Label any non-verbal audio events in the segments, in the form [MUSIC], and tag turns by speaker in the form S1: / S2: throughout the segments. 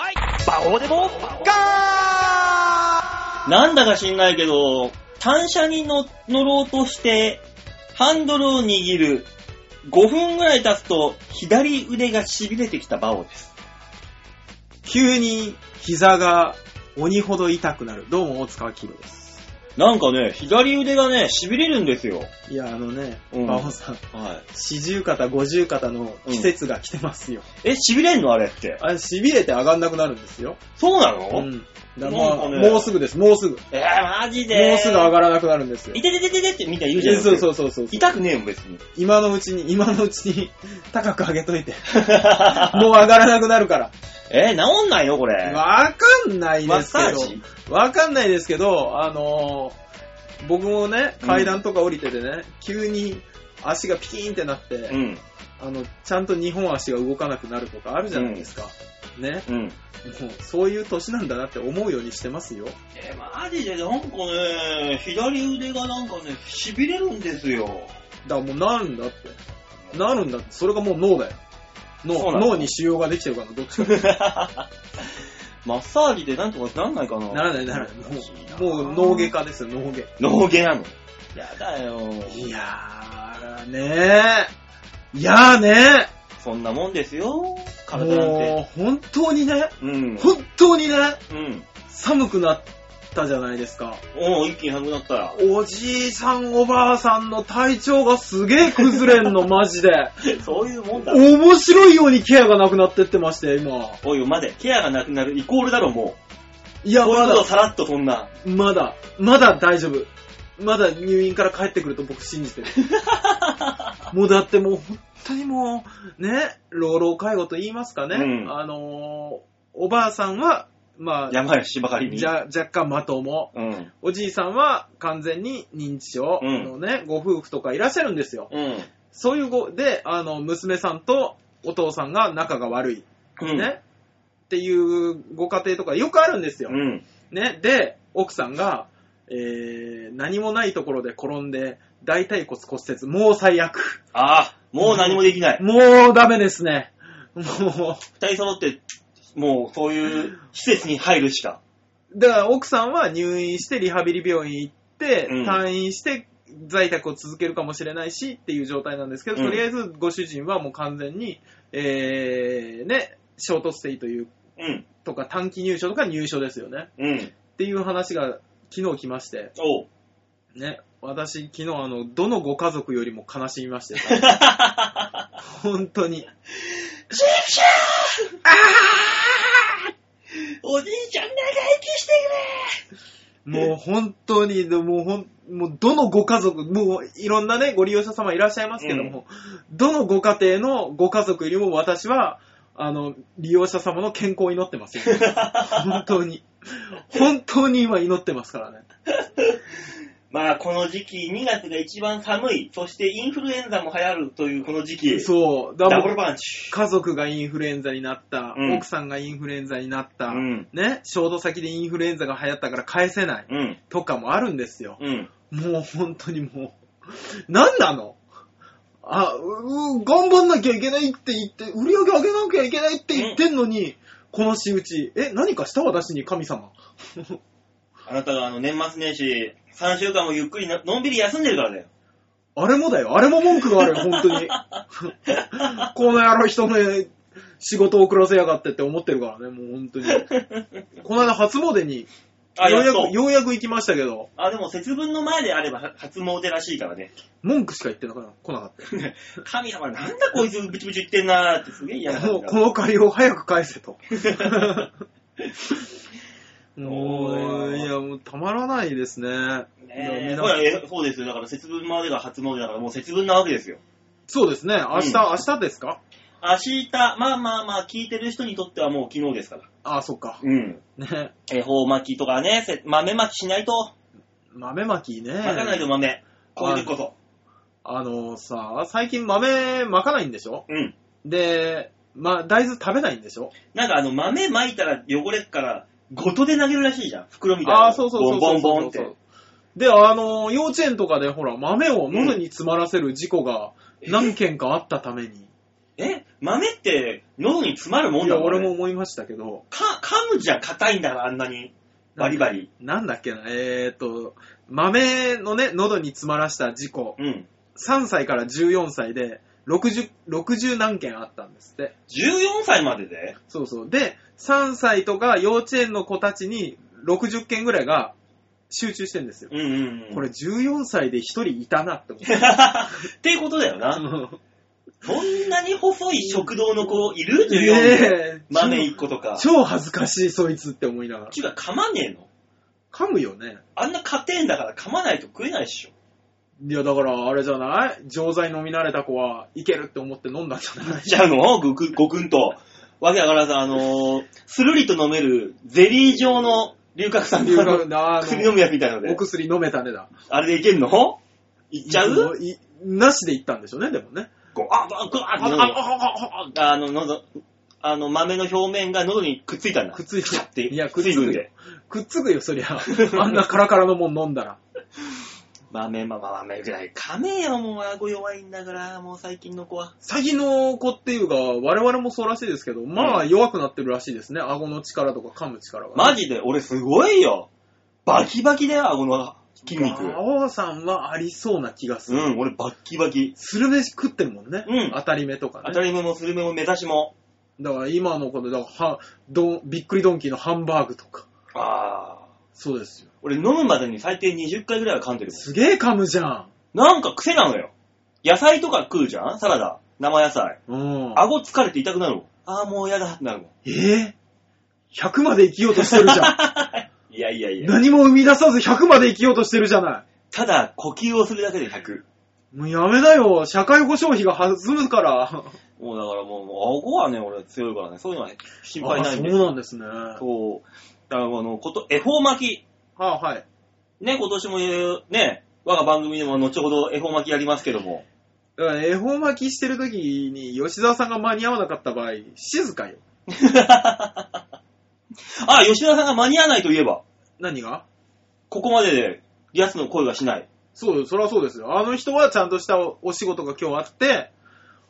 S1: ここでも、ガー
S2: なんだか知んないけど、単車に乗乗ろうとして、ハンドルを握る。5分ぐらい経つと、左腕が痺れてきたバオです。
S3: 急に膝が鬼ほど痛くなる。どうも大塚明宏です。
S2: なんかね、左腕がね、痺れるんですよ。
S3: いや、あのね、
S2: うん
S3: 馬王さん、
S2: は
S3: 四十肩、五十肩の季節が来てますよ。
S2: い。え、痺れんのあれって。
S3: あれ、痺れて上がんなくなるんですよ。
S2: そうなの、
S3: うん。
S2: な
S3: だから
S2: ん
S3: ま
S2: か
S3: あ、
S2: ね
S3: もうすぐです、もうすぐ。も
S2: えー、マジで。
S3: うすぐ上がらなくなるんですよ。
S2: いてててててってみんな言うじゃ
S3: え
S2: ん。
S3: そうそうそうそう。
S2: 痛くねえもん、別
S3: [LAUGHS]
S2: に。
S3: 今のうちに、今のうちに高く上げ [LAUGHS] といて。もう上がらなくなるから。
S2: えー、治んないのこれ。
S3: わかんない
S2: マッ
S3: です
S2: サ
S3: け
S2: ージ
S3: ど、わかんないですけど、あのー僕もね、階段とか降りててね、急に足がピキーンってなって、
S2: うん。
S3: あの、ちゃんと2本足が動かなくなるとかあるじゃないですか。ね。
S2: うん。
S3: もう、そういう年なんだなって思うようにしてますよ。
S2: えー、マジでなんかね、左腕がなんかね、痺れるんです [LAUGHS] よ。
S3: だからもうなるんだって。なるんだって。それがもう脳だよ。
S2: そうな
S3: 脳、
S2: の
S3: 脳に腫瘍ができてるから、どっちか。
S2: マッサージでなんとかなんないかな
S3: ならないならない。もう、もう脳外科ですよ、脳外。
S2: 脳下なの。やだよ。
S3: いやーねー。いやーね
S2: そんなもんですよ。
S3: ー。
S2: 体なんて。
S3: もう、本当にね、
S2: うん。
S3: 本当にね、
S2: うん。
S3: 寒くなったじゃないですか。
S2: おう一気に寒くなった。
S3: おじいさんおばあさんの体調がすげえ崩れんの、マジで。
S2: そういうもんだ。
S3: 面白いようにケアがなくなってってまして、今。
S2: おいおい、待て。ケアがなくなるイコールだろ、も。
S3: いうや、
S2: そうい
S3: ま
S2: うこと
S3: だ、
S2: さらっとそんな。
S3: まだ、まだ大丈夫。まだ入院から帰ってくると僕信じてる。もうだってもう本当にもう、ね、老老介護と言いますかね。
S2: うん
S3: あのーおばあさんは、まあ、
S2: 山や芝刈りに。
S3: じゃ若干まとも。
S2: うん。
S3: おじいさんは完全に認知症のね、ご夫婦とかいらっしゃるんですよ。
S2: うん。
S3: そういうご、で、あの、娘さんとお父さんが仲が悪い。
S2: うん。
S3: ね。っていうご家庭とかよくあるんですよ。
S2: うん。
S3: ね。で、奥さんが、えー、何もないところで転んで、大腿骨骨折、もう最悪。
S2: ああ、もう何もできない。
S3: もうダメですね。も
S2: 二人揃って、もうそういう施設に入るしか。
S3: う、だから奥さんは入院してリハビリ病院行って、
S2: うん
S3: 退院して在宅を続けるかもしれないしっていう状態なんですけど、
S2: うん
S3: とりあえずご主人はもう完全に、えー、ね、衝突性という
S2: うん。
S3: とか短期入所とか入所ですよね。
S2: うん。
S3: っていう話が昨日来まして、
S2: おう。
S3: ね、私昨日あの、どのご家族よりも悲しみましてさ、
S2: [LAUGHS]
S3: 本当に。
S2: おじいちゃん長生きして
S3: もう本当に、でもうほん、もうどのご家族、もういろんなね、ご利用者様いらっしゃいますけども、どのご家庭のご家族よりも私は、あの、利用者様の健康を祈っ
S2: [LAUGHS]
S3: てますよ。本当に。本当に今祈ってますからね。
S2: まあ、この時期、2月が一番寒い、そしてインフルエンザも流行るというこの時期、
S3: そう。だか
S2: ダ
S3: ら
S2: ブ
S3: も
S2: ル
S3: う
S2: パンチ。
S3: 家族がインフルエンザになった、
S2: うん
S3: 奥さんがインフルエンザになった、
S2: うん。
S3: ね、ショート先でインフルエンザが流行ったから返せない
S2: うん。
S3: とかもあるんですよ。
S2: うん。
S3: もう本当にもう、なんなのあ、うう頑張んなきゃいけないって言って、売り上げ上げなきゃいけないって言ってんのに、この仕打ち、え、何かした私に神様。 [LAUGHS]
S2: あなたがあの年末年始、3週間もゆっくりな、のんびり休んでるからだ [LAUGHS] よ。
S3: あれもだよ、あれも文句があるよ、本当に。 [LAUGHS] この野郎人の仕事遅らせやがってって思ってるからね、もう本当に。この間初詣に、
S2: あ、
S3: よ
S2: やっ
S3: うや
S2: と
S3: く、。ようやく行きましたけど、
S2: あ、でも節分の前であればは初詣らしいからね。 [LAUGHS]
S3: 文句しか言ってなかった来なかっ
S2: 神様なんだこいつブチブチ言ってんなーってすげえ嫌な
S3: た。
S2: 感
S3: もう
S2: じ
S3: こ
S2: だ。
S3: の借りを早く返せと。
S2: そ
S3: も
S2: う
S3: う、
S2: だよ
S3: いや、もうたまらないですね。
S2: ねえ
S3: 皆
S2: ほらえそうですよ。だから節分までが初詣だからもう節分なわけですよ。
S3: そうですね、明日、
S2: うん
S3: 明日ですか
S2: 明日、まあまあまあ、聞いてる人にとってはもう昨日ですから。
S3: ああ、そっか。
S2: うん。
S3: ね。
S2: 恵方巻きとかね、せ豆巻きしないと。
S3: 豆まきね。
S2: 巻かないと豆。これでこそ。
S3: あのさ、最近豆まかないんでしょ
S2: うん。
S3: で、まあ、大豆食べないんでしょ
S2: なんかあの、豆巻いたら汚れっから、ごとで投げるらしいじゃん。袋みたいなの。
S3: ああ、そうそうそうそう
S2: ボンボンボンって。。
S3: で、あの、幼稚園とかでほら、豆を喉に詰まらせる事故が何件かあったために、
S2: え豆って喉に詰まるもん
S3: い
S2: だ
S3: や、
S2: もん、ね、
S3: 俺も思いましたけど、
S2: か。噛むじゃ硬いんだから、あんなに。バリバリ。
S3: なんだっけな、えーっと、豆のね、喉に詰まらした事故、
S2: うん。
S3: 3歳から14歳で、60、60何件あったんですって。
S2: 14歳までで
S3: そうそう。で、3歳とか幼稚園の子たちに60件ぐらいが集中してんですよ。
S2: うんうんうん。
S3: これ
S2: っ
S3: 14歳で1人いたなっ
S2: [LAUGHS]
S3: て思って
S2: いうことだよな。
S3: た。
S2: そんなに細い食堂の子いる ?14
S3: ね
S2: 歳。
S3: え
S2: 豆1個とか。
S3: 超恥ずかしい、そいつって思いながら。
S2: ちゅうか噛まねえの
S3: 噛むよね。
S2: あんな硬いんだから噛まないと食えないっしょ。
S3: いや、だからあれじゃない錠剤飲み慣れた子はいけるって思って飲んだんじ
S2: [LAUGHS]
S3: ゃない
S2: じゃあの、ごく、ごくんと。わけわからず、あのースルリと飲めるゼリー状の龍角散のあの
S3: あ
S2: 薬飲むやつみたいの
S3: のお
S2: で。
S3: 薬飲めたねだ。
S2: あれでいけんのいっちゃう
S3: いなしで行ったんでしょうね、でもね。
S2: こうあ、あ、あ、あ、あ、あ、あ、あの、喉、あの、豆の表面が喉にくっついたんだ。
S3: くっついた
S2: くって。
S3: いやくっつ
S2: 水
S3: いた
S2: 分で。
S3: くっつくよ、そりゃ。あんなカラカラのもん飲んだ [LAUGHS] ら。
S2: 豆、まあまあ豆ぐらい。噛めよ、もう顎弱いんだから、もう最近の子は。
S3: 詐欺の子っていうか、我々もそうらしいですけど、まあ弱くなってるらしいですね。顎の力とか噛む力が。
S2: マジで、俺すごいよ。バキバキだよ、顎の筋肉。
S3: 馬王さんはありそうな気がす
S2: う
S3: る。
S2: ん、俺バッキバキ。
S3: スルメ食ってるもんね。
S2: うん
S3: 当たり目とか
S2: 当た
S3: ね。
S2: り目もスルメも目指しも。
S3: だから今のこと、だからはどん、びっくりドンキーのハンバーグとか。
S2: ああ。
S3: そうですよ。
S2: 俺飲むまでに最低20回ぐらいは噛んでるも
S3: すげえ噛むじゃん。
S2: ん。なんか癖なのよ。野菜とか食うじゃんサラダ。生野菜。
S3: うん。
S2: 顎疲れて痛くなるもん。ああ、もう嫌だってなるもん。
S3: えぇ、100まで生きようとしてるじゃん。
S2: いやいやいや。
S3: 何も生み出さず100まで生きようとしてるじゃな
S2: ただ、呼吸をするだけで100。
S3: い。もうやめなよ。社会保障費が弾むから。
S2: もうだからもう、もう顎はね、俺強いからね、そういうのは心配ないんで
S3: あ。そうなんですね。は
S2: そう。だからあの、こと、恵方巻き。
S3: あ、はい。
S2: ね、今年も言う、ね、我が番組でも後ほど恵方巻きやりますけど
S3: [LAUGHS]
S2: も。
S3: だから恵方巻きしてる時に吉沢さんが間に合わなかった場合、静かよ。
S2: あ、吉田さんが間に合わないといえば、
S3: 何が
S2: ここまでで、やつの声がしない。
S3: そうよ、そりゃそうですよ。あの人はちゃんとしたおお仕事が今日あって、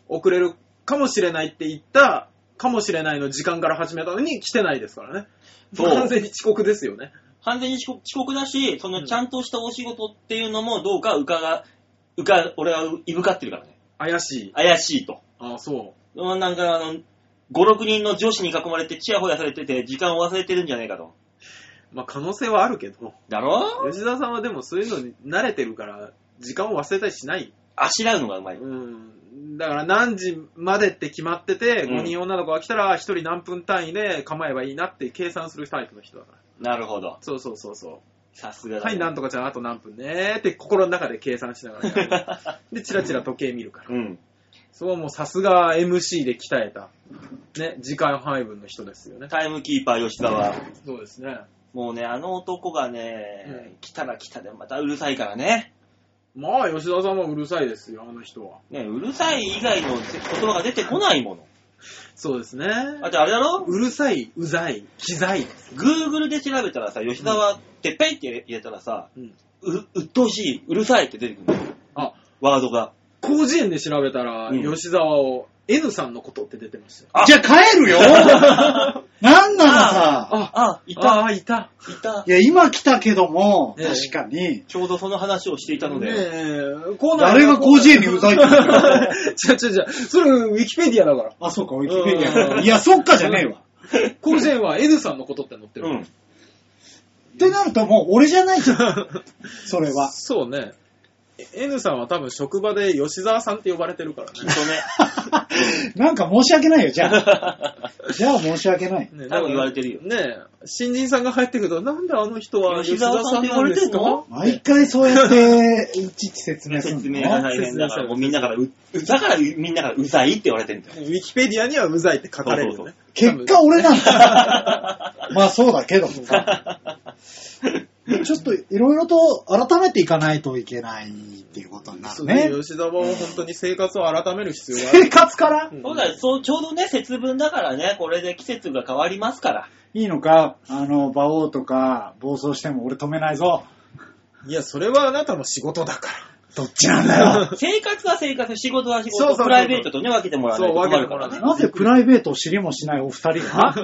S3: 遅れるかもしれないって言った、かもしれないの時間から始めたのに来てないですからね。
S2: そう
S3: 完全に遅刻ですよね。
S2: 完全に遅刻遅刻だし、その
S3: うん
S2: ちゃんとしたお仕事っていうのもどうか、うかが、うか、俺はいぶかってるからね。
S3: 怪しい。
S2: 怪しいと。
S3: ああ、そう。
S2: うんなんか、あの、5、6人の上司に囲まれて、チヤホヤされてて、時間を忘れてるんじゃないかと。
S3: まあ、可能性はあるけど、
S2: だろ
S3: 吉沢さんはでもそういうのに慣れてるから、時間を忘れたりしない。
S2: あしらうのがうまい。
S3: うん。だから何時までって決まってて、
S2: うん
S3: 5人女の子が来たら、1人何分単位で構えばいいなって計算するタイプの人だから。
S2: なるほど。
S3: そうそうそうそ
S2: さす
S3: う。
S2: がだ、
S3: はい、なんとかちゃん、あと何分ねーって心の中で計算しながらや [LAUGHS] る。で、チラチラ時計見るから。
S2: うん。
S3: そう、もうさすが MC で鍛えた、ね、時間配分の人ですよね。
S2: タイムキーパー吉田は、
S3: そうですね。
S2: もうね、あの男がね、
S3: うん
S2: 来たら来たでまたうるさいからね。
S3: まあ、吉田さんもうるさいですよ、あの人は。
S2: ね、うるさい以外の言葉が出てこないもの。
S3: そうですね。
S2: あとあれだろ
S3: うるさい、うざい、機材。
S2: ?Google で調べたらさ、吉田は、てっぺいって入れたらさ、
S3: うん。
S2: う、うっとうしい、うるさいって出てくるの
S3: あ、
S2: ワードが。
S3: 広辞苑で調べたら、
S2: うん
S3: 吉沢を N さんのことって出てましたよ。
S2: あ
S1: じゃあ帰るよなんなのさ。
S3: あ、
S2: [LAUGHS] あ、い
S3: い
S2: た、
S3: た、あ、いた。
S2: いた
S1: い。や、今来たけども、
S3: ええ
S1: 確かに。
S2: ちょうどその話をしていたの
S3: ね
S2: で、
S3: え、コーナー
S1: 誰が広辞苑にうざいって言ってん
S3: [LAUGHS]
S1: だ
S3: ちゃちゃちゃ、それウィキペディアだから。
S1: あ、そうか、ウィ
S3: ィキ
S1: キ
S3: ペ
S1: ペ
S3: デ
S1: デ
S3: ィア
S1: ィア。いや、そっかじゃねえわ。
S3: 広辞苑は N さんのことって載ってる。
S2: うん。
S1: ってなるともう俺じゃないじゃん、それは。 [LAUGHS]
S3: そうね。N さんは多分職場で吉沢さんって呼ばれてるから
S2: [LAUGHS] きっとね、
S3: [LAUGHS]
S1: なんか申し訳ないよ、じゃ
S2: [LAUGHS]
S1: あ。じゃあ申し訳ない。
S3: ね。ね
S2: 多分言われてるよ
S3: ねえ、新人さんが入ってくると、なんであの人は吉
S2: 吉
S3: 沢
S2: 沢
S3: さ
S2: さ
S3: ん
S2: ん
S3: っ
S2: ってて
S3: 呼
S2: 呼
S3: ば
S2: ば
S3: れ
S2: れ
S3: て
S2: て
S3: ん
S1: 毎
S2: んの
S3: の
S1: 回そうやって、いちいち説明する
S2: 説
S1: ん
S2: 明
S1: だ
S2: が
S1: ね。
S2: 大変だから、もうみんなからう、うだからみんなからうざいって言われてるんだよ。
S3: ウィキペディアにはうざいって書かれるよね。
S1: 結果俺なん [LAUGHS] だ。まあそうだけども [LAUGHS] さ。ちょっといろいろと改めていかないといけないっていうことにな
S3: そ
S1: る
S3: うね
S1: ね。
S3: 吉沢は本当に生活を改める必要がある
S1: 生。活から
S3: うん
S2: そうだよ、そう、ちょうどね、節分だからね、これで季節が変わります
S3: [LAUGHS]
S2: から。
S1: いいのか、あの、馬王とか暴走しても俺止めないぞ。
S3: いや、それはあなたの仕事だか
S1: どっちなんだよ。 [LAUGHS]
S2: 生活は生活、仕事は仕事、
S3: そうそうそう
S2: プライベートとね、分けてもらわないと
S3: そ
S2: 困
S3: う分け
S2: る
S3: て
S2: か
S3: もら
S2: ら
S3: わない
S2: ね。
S1: なぜプライベートを知りもしないお二人 [LAUGHS] が、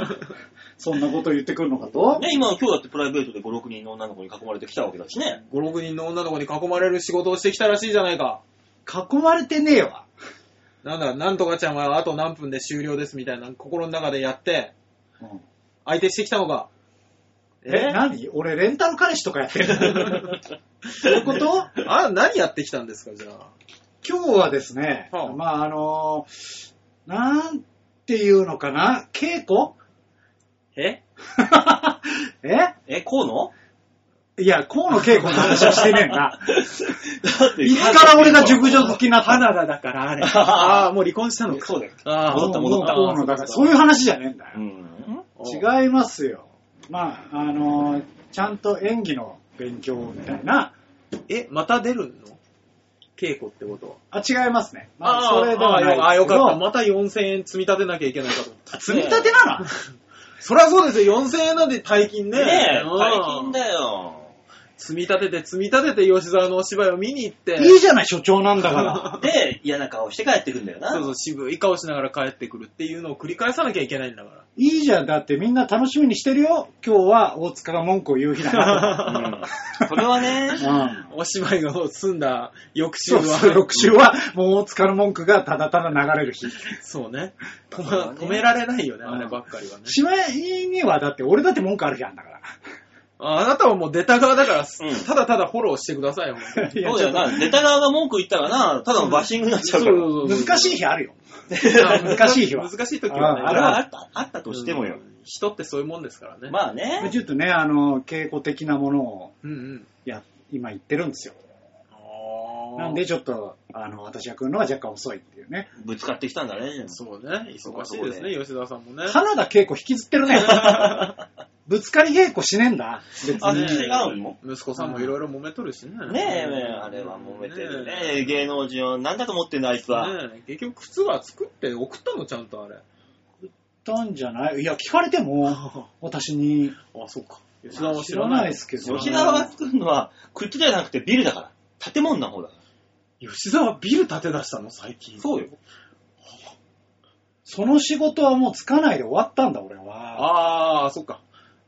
S1: そんなことを言ってくるのかと。
S2: ね、今、今日だってプライベートで5、6人の女の子に囲まれてきたわけだしね。
S3: 5、6人の女の子に囲まれる仕事をしてきたらしいじゃないか。
S1: 囲まれてねえわ。
S3: なんだ、なんとかちゃんはあと何分で終了ですみたいな心の中でやって、相手してきたのか。
S1: え、何俺レンタル彼氏とかやってるそういうこと
S3: [LAUGHS] あ、何やってきたんですか、じゃあ。
S1: 今日はですね、
S3: はあ
S1: まああのなんていうのかな、稽古 [LAUGHS]
S2: え
S1: え
S2: え、こう
S3: [LAUGHS]
S2: の
S1: いや、河野稽古の話はしてねえな。
S2: だって
S1: いつから俺が熟女好きになった花田だから、あれ。
S3: ああ、もう離婚したのか。
S2: そうだよ。
S3: あ
S2: 戻った戻った
S1: 河野だから、そういう話じゃねえんだ
S2: う
S1: よ。
S2: ん。
S1: 違いますよ。まあ、あのちゃんと演技の勉強みたいな。
S3: え、また出るの稽古ってこと
S1: あ、違いますね。まあ、それではないですけど
S3: ああ、よかった。また4000円積み立てなきゃいけないかと思
S1: [LAUGHS]
S3: った。
S1: 積み立てなの
S3: そりゃそうですよ。4000円なんで大金ね。
S2: ねえ、
S3: うん
S2: 大金だよ。
S3: 積み立てて、積み立てて吉沢のお芝居を見に行って。
S1: いいじゃない、所長なんだ
S2: [LAUGHS]
S1: から。
S2: で、嫌な顔して帰ってくんだよな。
S3: [LAUGHS] そうそう、渋い顔しながら帰ってくるっていうのを繰り返さなきゃいけないんだから。
S1: いいじゃん。だってみんな楽しみにしてるよ。今日は大塚が文句を言う日だ
S3: [LAUGHS]
S1: な。
S2: うん。それはね、
S1: うん。
S3: お芝居が済んだ翌週
S1: そ
S2: [LAUGHS]
S3: は。
S1: うそう、翌週は、もう大塚の文句がただただ流れる日。
S3: そうね。止
S2: そうだ
S3: ま
S2: ね
S3: 止められないよね、
S1: うん
S3: あればっかりはね。
S1: しまいにはだって、俺だって文句ある日あんだから。
S3: ああなたはもう出た側だから、
S2: ん
S3: ただただフォローしてくださいよ。
S2: [LAUGHS]
S3: 本
S1: いや
S2: そうだよな。出た側が文句言ったらな、ただのバッシングになっちゃうから。
S3: そうそうそう
S1: 難しい日あるよ。
S3: 当に
S1: 難しい日は
S3: 難しい時はね。
S1: あ
S2: あれ
S1: る
S2: はあった、あったとしてもよ
S3: う。ん人ってそういうもんですからね。
S2: まあね。
S1: ちょっとね、あの、稽古的なものを、
S3: うんうん。
S1: や、今言ってるんですよ。
S3: あー
S1: なんでちょっと、あの、私が来るのは若干遅いっていうね。
S2: ぶつかってきたんだね。
S3: そうね。忙しいですね、吉田さんもね。
S1: 花田稽古引きずってるね。ぶつかり稽古しねえんだ。別
S2: あ、
S1: に。
S2: 違うの
S3: 息子さんもいろいろ揉めとるしね。
S2: ねえ、あれは揉めてるね。芸能人を何だと思ってんだ、あいつは。
S3: ねえ結局靴は作って送ったのちゃんとあれ。
S1: たんじゃないいや、聞かれて [LAUGHS] も、私に。
S3: あ、そうか。吉
S1: 知ら
S3: 田
S1: な
S3: はい知らない
S1: で
S3: ですす
S1: け
S3: け
S1: ど
S3: ど。
S2: 吉田が作るのは、靴じゃなくてビルだから。建物の方だか
S3: 吉田はビル建て出したの、最近。
S2: ら。そうよ。
S1: その仕事はもうつかないで終わったんだ、俺は。
S3: ああ、そっか。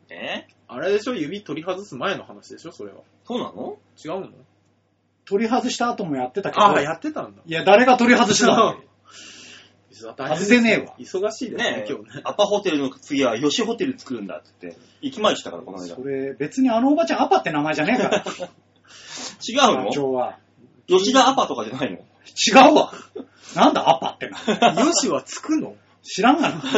S2: ね
S3: あれでしょ指取り外す前の話でしょそれは。
S2: そうなの
S3: 違うの
S1: 取り外した後もやってたけど。
S3: ああ、やってたんだ。
S1: いや、誰が取り外したの
S3: 吉田大変
S1: 外せねえわ。
S3: 忙しいですね
S2: ね、
S3: 今日ね。
S2: アパホテルの次は吉ホテル作るんだって言って、行きましたから、この間
S1: そ。れ、別にあのおばちゃんアパって名前じゃねえから、
S2: 違う
S1: 社
S2: の
S1: 長は。
S2: 吉田アパとかじゃないの
S1: 違うわ。なんだアパってな。
S3: ヨシはつくの
S1: 知らんがな。 [LAUGHS]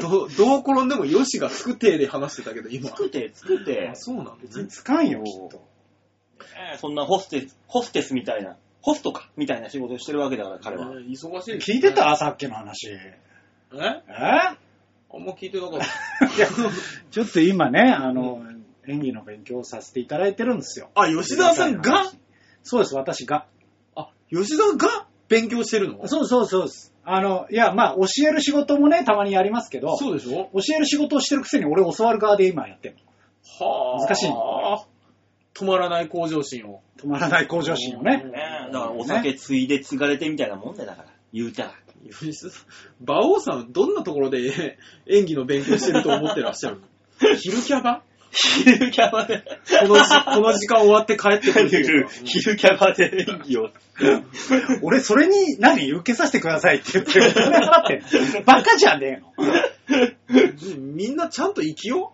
S3: どどう転んでもヨシがつく手で話してたけど、今。
S2: 作って、作って
S3: あ、。そうなの
S1: 別につかんよ、きっと。
S2: そんなホステス、ホステスみたいな、ホストか、みたいな仕事をしてるわけだから、彼は。
S3: ねえ忙しいですね
S1: 聞いてたさっきの話。え
S3: えあんま [LAUGHS] 聞いてなかった。
S1: いや、ちょっと今ね、あの、演技の勉強をさせていただいてるんですよ。
S3: あ、吉田さんが
S1: そうです、私が。
S3: あ、吉田が勉強してるの
S1: そうそうそうです。あの、いや、まあ、教える仕事もね、たまにやりますけど、
S3: そうでしょ
S1: 教える仕事をしてるくせに俺教わる側で今やってる
S3: は
S1: 難しい
S3: 止まらない向上心を。
S1: 止まらない向上心をね。
S2: ねえだからお酒継いで継がれてみたいなもんだよだから、言う
S3: [LAUGHS]
S2: たら。
S3: 吉田さん馬王さん、どんなところで [LAUGHS] 演技の勉強してると思ってらっしゃるの昼キャバ
S2: 昼キャバで。
S3: このじ [LAUGHS] この時間終わって帰ってくるっていうか。
S2: 昼キャバで演技を。
S1: 俺、それに何受けさせてくださいって言って、お金払ってんの
S2: [LAUGHS]
S1: バカじゃねえの。
S3: [LAUGHS] うんみんなちゃんと生きよ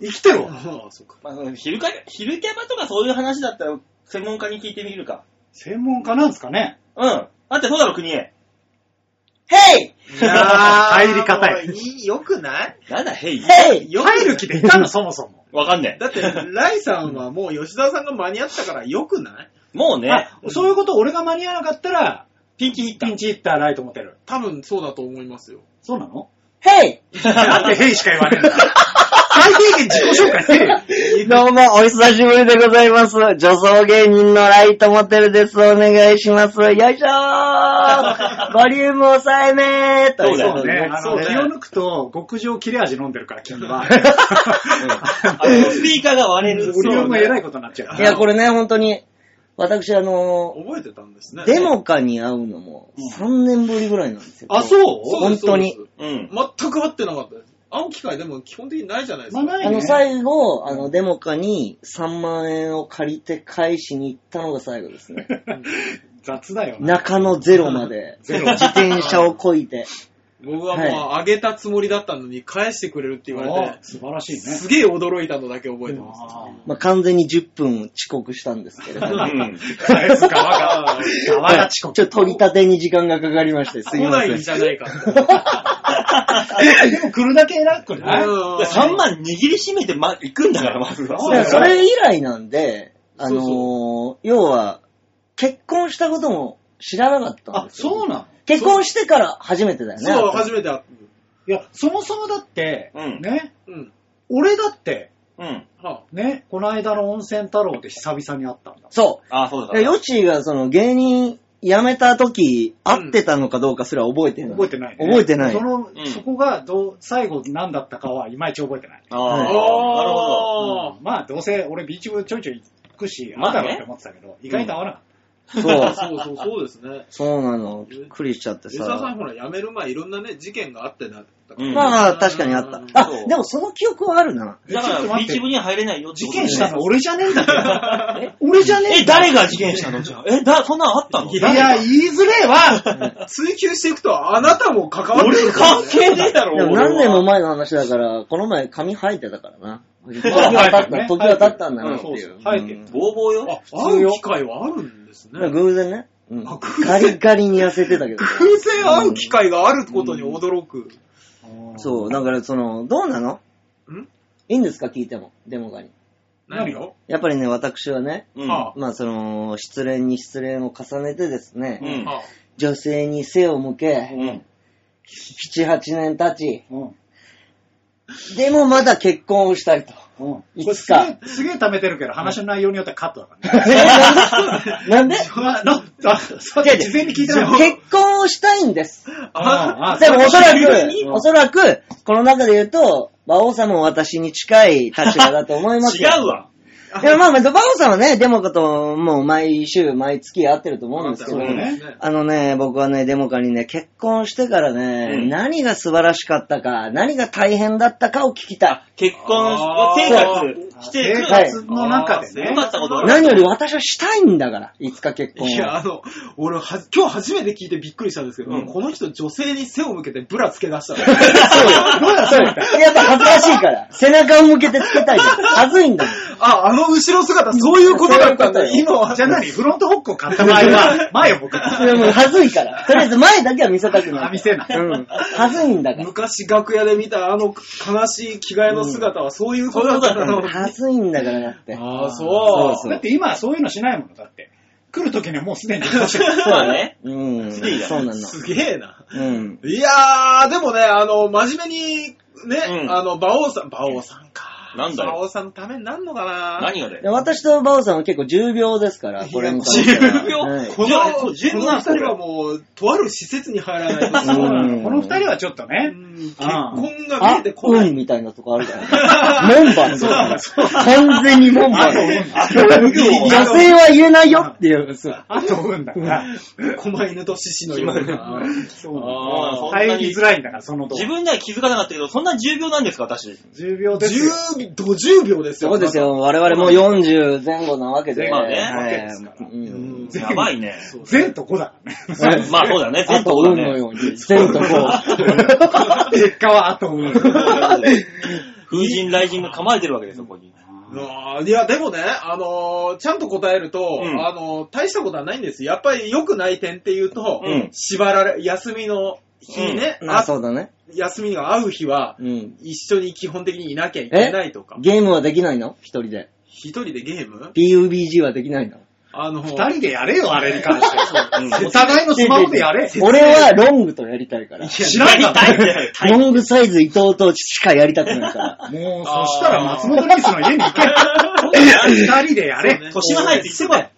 S3: う
S1: 生きてろ。
S3: ああ、そうか。
S2: まあ、昼キャ昼キャバとかそういう話だったら、専門家に聞いてみるか。
S1: 専門家なんですかね
S2: うん。あってそうだろ、国へ。ヘイ
S1: いやー入り方や
S3: もういいよくない
S2: なんだ、ヘイ
S1: ヘ
S3: イ
S1: 入る気でい
S2: [LAUGHS]
S1: たの、そもそも。
S2: わかんね
S3: だって、ライさんはもう吉田さんが間に合ったからよくない
S2: え。もうね、
S1: あそういうこと俺が間に合わなかったら、
S2: ピンチヒッタ
S1: ピンチヒッターライト持てる。
S3: 多分そうだと思いますよ。
S1: そうな
S2: [LAUGHS]
S1: の
S2: ヘイ
S1: なんでヘイしか言わねえんだ。最低限自己紹介せえよ。
S4: どうも、お久しぶりでございます。女装芸人のライトモテルです。お願いします。よいしょーボリューム抑えめーと
S2: そうだよ
S1: そうね。あ
S3: そう
S1: の、
S3: ね
S1: 気を抜くと、極上切れ味飲んでるから、君
S2: [LAUGHS]
S1: は。
S2: あのスピーカーが割れる。
S1: ボリュームえらいことになっちゃうから。
S4: いや、これね、本当に、私、あの
S3: 覚えてたんですね。
S4: デモカに会うのも3年ぶりぐらいなんですよ。
S2: あ、そう
S3: そうです、
S4: 本当に
S3: そうで
S2: う
S3: す
S2: ん。
S3: 全く合ってなかったです。会う機会でも基本的にないじゃないです
S1: ま
S3: か。
S1: あない
S4: あの、
S1: ね。
S4: 最後、あの、デモカに3万円を借りて返しに行ったのが最後です
S1: [LAUGHS]
S4: ね。
S1: 雑だよな。
S4: 中野ゼロまで、
S1: ゼ
S4: 自
S1: ロ
S4: 転車をこいで。
S3: 僕はもうあげたつもりだったのに返してくれるって言われ
S1: あ
S3: て、
S1: 素晴らしいね。
S3: すげえ驚いたのだけ覚えてます。
S1: あー
S4: まあ、完全に10分遅刻したんですけれども。は
S2: うん。
S1: 返す側が、側が
S4: [LAUGHS] いち
S1: 遅
S4: ょ
S1: 刻。
S4: っと取り立てに時間がかかりまして、すい
S3: 来
S4: ま
S3: な
S4: せ
S3: い
S4: ん
S3: ん。じゃないかって。
S1: でも来るだけ偉くない
S3: うん
S2: 3万握りしめて、ま、行くんだから、まずは。
S1: そう
S4: い
S1: だよ
S4: やそれ以来なんで、あ
S3: そう
S4: のー要は、結婚したことも知らなかったん
S1: あ、
S4: ですよ。
S1: そうなの
S4: 結婚してから初めてだよね。
S3: そう、初めて会っ
S1: いや、そもそもだって、
S2: うん
S1: ね、
S3: た。うん。
S1: 俺だって、
S2: うん。
S3: は
S1: ね、この間の温泉太郎って久々に会ったんだ。
S4: そ
S2: あ、そう
S4: う。でヨッシーがその芸人辞めた時、会ってたのかどうかすら覚えてない。
S1: 覚えてない、ね。
S4: 覚えてない
S1: その、
S2: うん
S1: そこがどう、最後何だったかはいまいち覚えてない。
S2: ああ、
S4: はい
S2: なるほ
S3: あ
S1: まあ、どうせ俺ビーチ部ちょいちょい行くし、
S2: ま
S1: 会
S2: あ
S1: う
S2: ね
S1: だろうって思ってたけど、意外と会わなかっ
S4: そ
S3: あ。
S4: う。
S3: そうそう、そうですね。
S4: そうなの。びっくりしちゃって
S3: 吉田さん
S4: さ。
S3: ほら、辞める前いろんなね、事件があってなったから
S2: うん
S4: まあまあ、確かにあっ
S3: うん
S4: た。あ
S2: そう、
S4: でもその記憶はあるな。
S1: た。
S2: ど。だ
S1: えちょっと
S2: から、
S1: 待
S2: ビー
S1: って
S2: チ部には入れないよって
S1: 事
S2: こと
S1: 件
S2: [LAUGHS]
S1: したの
S2: ね
S1: 俺じゃねえんだよ。俺じゃねえ
S2: え、
S1: んだよ
S2: 誰が事件したのじゃあ。え、だ、そんなんあったの
S1: いや、言いづれえわ
S3: 追求していくと、あなたも関わってく
S2: 俺
S3: る
S2: 関係ねえだろ、
S4: でも
S2: 俺は
S4: 何年も前の話だから、この前髪生えてたからな。時は経った、時は経ったんだなって
S1: そう
S4: い
S1: そう
S4: う。
S1: 生えてる
S4: うん
S2: ボーボー
S3: あ
S2: よ。、
S3: 会う機会はあるんですね。偶
S4: 偶然ね。うん
S3: あ偶然
S4: ガリガリに痩せてたけど。
S3: 然会う機会があることに驚く。
S4: [LAUGHS] そう、だからその、どうなの
S3: ん
S4: いいんですか聞いても、デモがに。
S1: 何を
S4: やっぱりね、私はね、
S2: うん。
S3: あ
S4: まあその、失恋に失恋を重ねてですね、
S2: うん
S3: あ
S4: 女性に背を向け、
S2: うん。
S4: 7、8年経
S1: うん。
S4: ち、でもまだ結婚をしたいと。
S1: うん。
S4: い
S1: これ
S4: つ
S1: すげ
S4: か
S1: え、すげえ溜めてるけど、話の内容によってはカットだからね。
S4: [LAUGHS] なんで
S1: [LAUGHS] ななあそう
S4: いやいや
S1: 事前に聞いてないもん。
S4: 結婚をしたいんです。
S1: ああ
S4: でもおそら
S1: う
S4: く、
S1: ん
S4: おそらく、この中で言うと、馬王さんも私に近い立場だと思いま
S1: [LAUGHS]
S4: すよ。
S2: 違うわ。
S4: いや、まあまあ、馬王さんはね、デモカともう毎週、毎月会ってると思うんですけど、
S1: そうだね
S4: あのね、僕はね、デモカにね、結婚してからね、
S2: うん
S4: 何が素晴らしかったか、何が大変だったかを聞きた
S2: 結婚
S3: あ
S2: 生活して
S1: 生
S2: る。
S1: 活の中で
S2: 良
S1: ね。
S2: かったことあ
S4: い。
S2: る
S4: 何より私はしたいんだから、いつか結婚を。
S3: いや、あの、俺は、今日初めて聞いてびっくりしたんですけど、
S2: うん
S3: この人女性に背を向けてブラつけ出したの。 [LAUGHS]
S4: そうよやっぱ恥ずかしいから、背中を向けてつけたいじゃん。恥ずいんだもん。
S3: あ、あの後ろ姿、そういうことだったんだ。
S4: そういう
S3: 今は。
S1: じゃあ何フロントホックを買った場合は、前を向く。
S4: いやもう恥ずいから。とりあえず前だけは見せたくない。
S1: あ見せない
S4: うん。恥ずいんだから。
S3: 昔楽屋で見たあの悲しい着替えの姿はそういうことだったの。
S4: 恥ずいんだからだって。
S3: ああ、そう。
S4: そう
S1: だって今はそういうのしないものだって。来る時にはもうすでに来ました
S2: そうだね。
S4: うん。
S2: 好きだ
S4: そうなの。
S3: すげえな。
S4: うん。
S3: いやー、でもね、あの、真面目に、ね、
S2: うん
S3: あの、馬王さん、馬王さんか。
S2: なんだよ
S3: 馬王さんのためになんのかな
S2: 何がだ
S4: で
S2: よ。
S4: 私とバオさんは結構重病ですから、これに関しては
S2: 重病
S4: はい
S3: こ
S2: い
S3: の、
S2: や
S3: こ
S2: そ
S3: の
S2: う
S3: 二
S2: 十分なんですよ
S3: 人はもう、とある施設に入らないと
S1: そう [LAUGHS] な
S4: うん
S1: の。この二人はちょっとね。
S3: うん結婚が見
S4: あ
S3: えて、こ
S4: う
S3: ない。
S4: んみたいなとこあるから。門番
S1: そうだそう
S4: 完全に門番。
S1: あ
S4: 女性は言えないよっていう。そう
S1: あと運だから。
S3: 狛犬と獅子のよ
S1: そ
S3: うな。
S1: うな
S2: あーそ
S1: の。
S2: んなに
S1: 入りづらいんだから、その動
S2: 自
S1: 画。
S2: 分では気づかなかったけど、そんな重病なんですか、私。
S1: 10秒ですよ。
S3: 10、50秒ですよ。
S4: そうです。よ。我々もう40前後なわけで。
S2: まあね
S4: はい
S3: うん
S1: 全
S2: やばいね。
S1: 全と5だ
S2: [LAUGHS]
S1: からね。
S2: まあそうだね、
S4: あ
S2: 全
S4: と、
S2: 国
S4: 運
S2: だ
S4: の
S2: ね。
S4: ように。全とこ
S2: [LAUGHS]
S1: 結果はあと運。
S2: 風神雷神が構えてるわけですよ、ここに。
S3: あーいや、でもね、あのーちゃんと答えると、
S2: うん
S3: あのー大したことはないんですよ。やっぱり良くない点っていうと、
S2: うん
S3: 縛られ、休みの日ね、
S4: う。
S3: あ
S4: まあそうだね。
S3: 休みが合う日は、
S4: うん。
S3: 一緒に基本的にいなきゃいけないとか、
S4: ゲームはできないの一人で。
S3: 一人でゲーム
S4: PUBG はできないの
S3: あのー
S1: 二
S3: [LAUGHS]
S1: 人でやれよ、あれに関して
S2: うん
S1: は。お互いのスマホでやれ。
S4: 俺はロングとやりたいから。
S1: 知らん
S2: や
S1: か
S2: りたいっ
S1: ら。
S2: て。
S4: ロングサイズ伊藤としかやりたくないから。
S1: [LAUGHS] もう、そしたら松本リスの家に行け。二人でや
S3: そうね
S1: れ。
S2: 年の入って一番。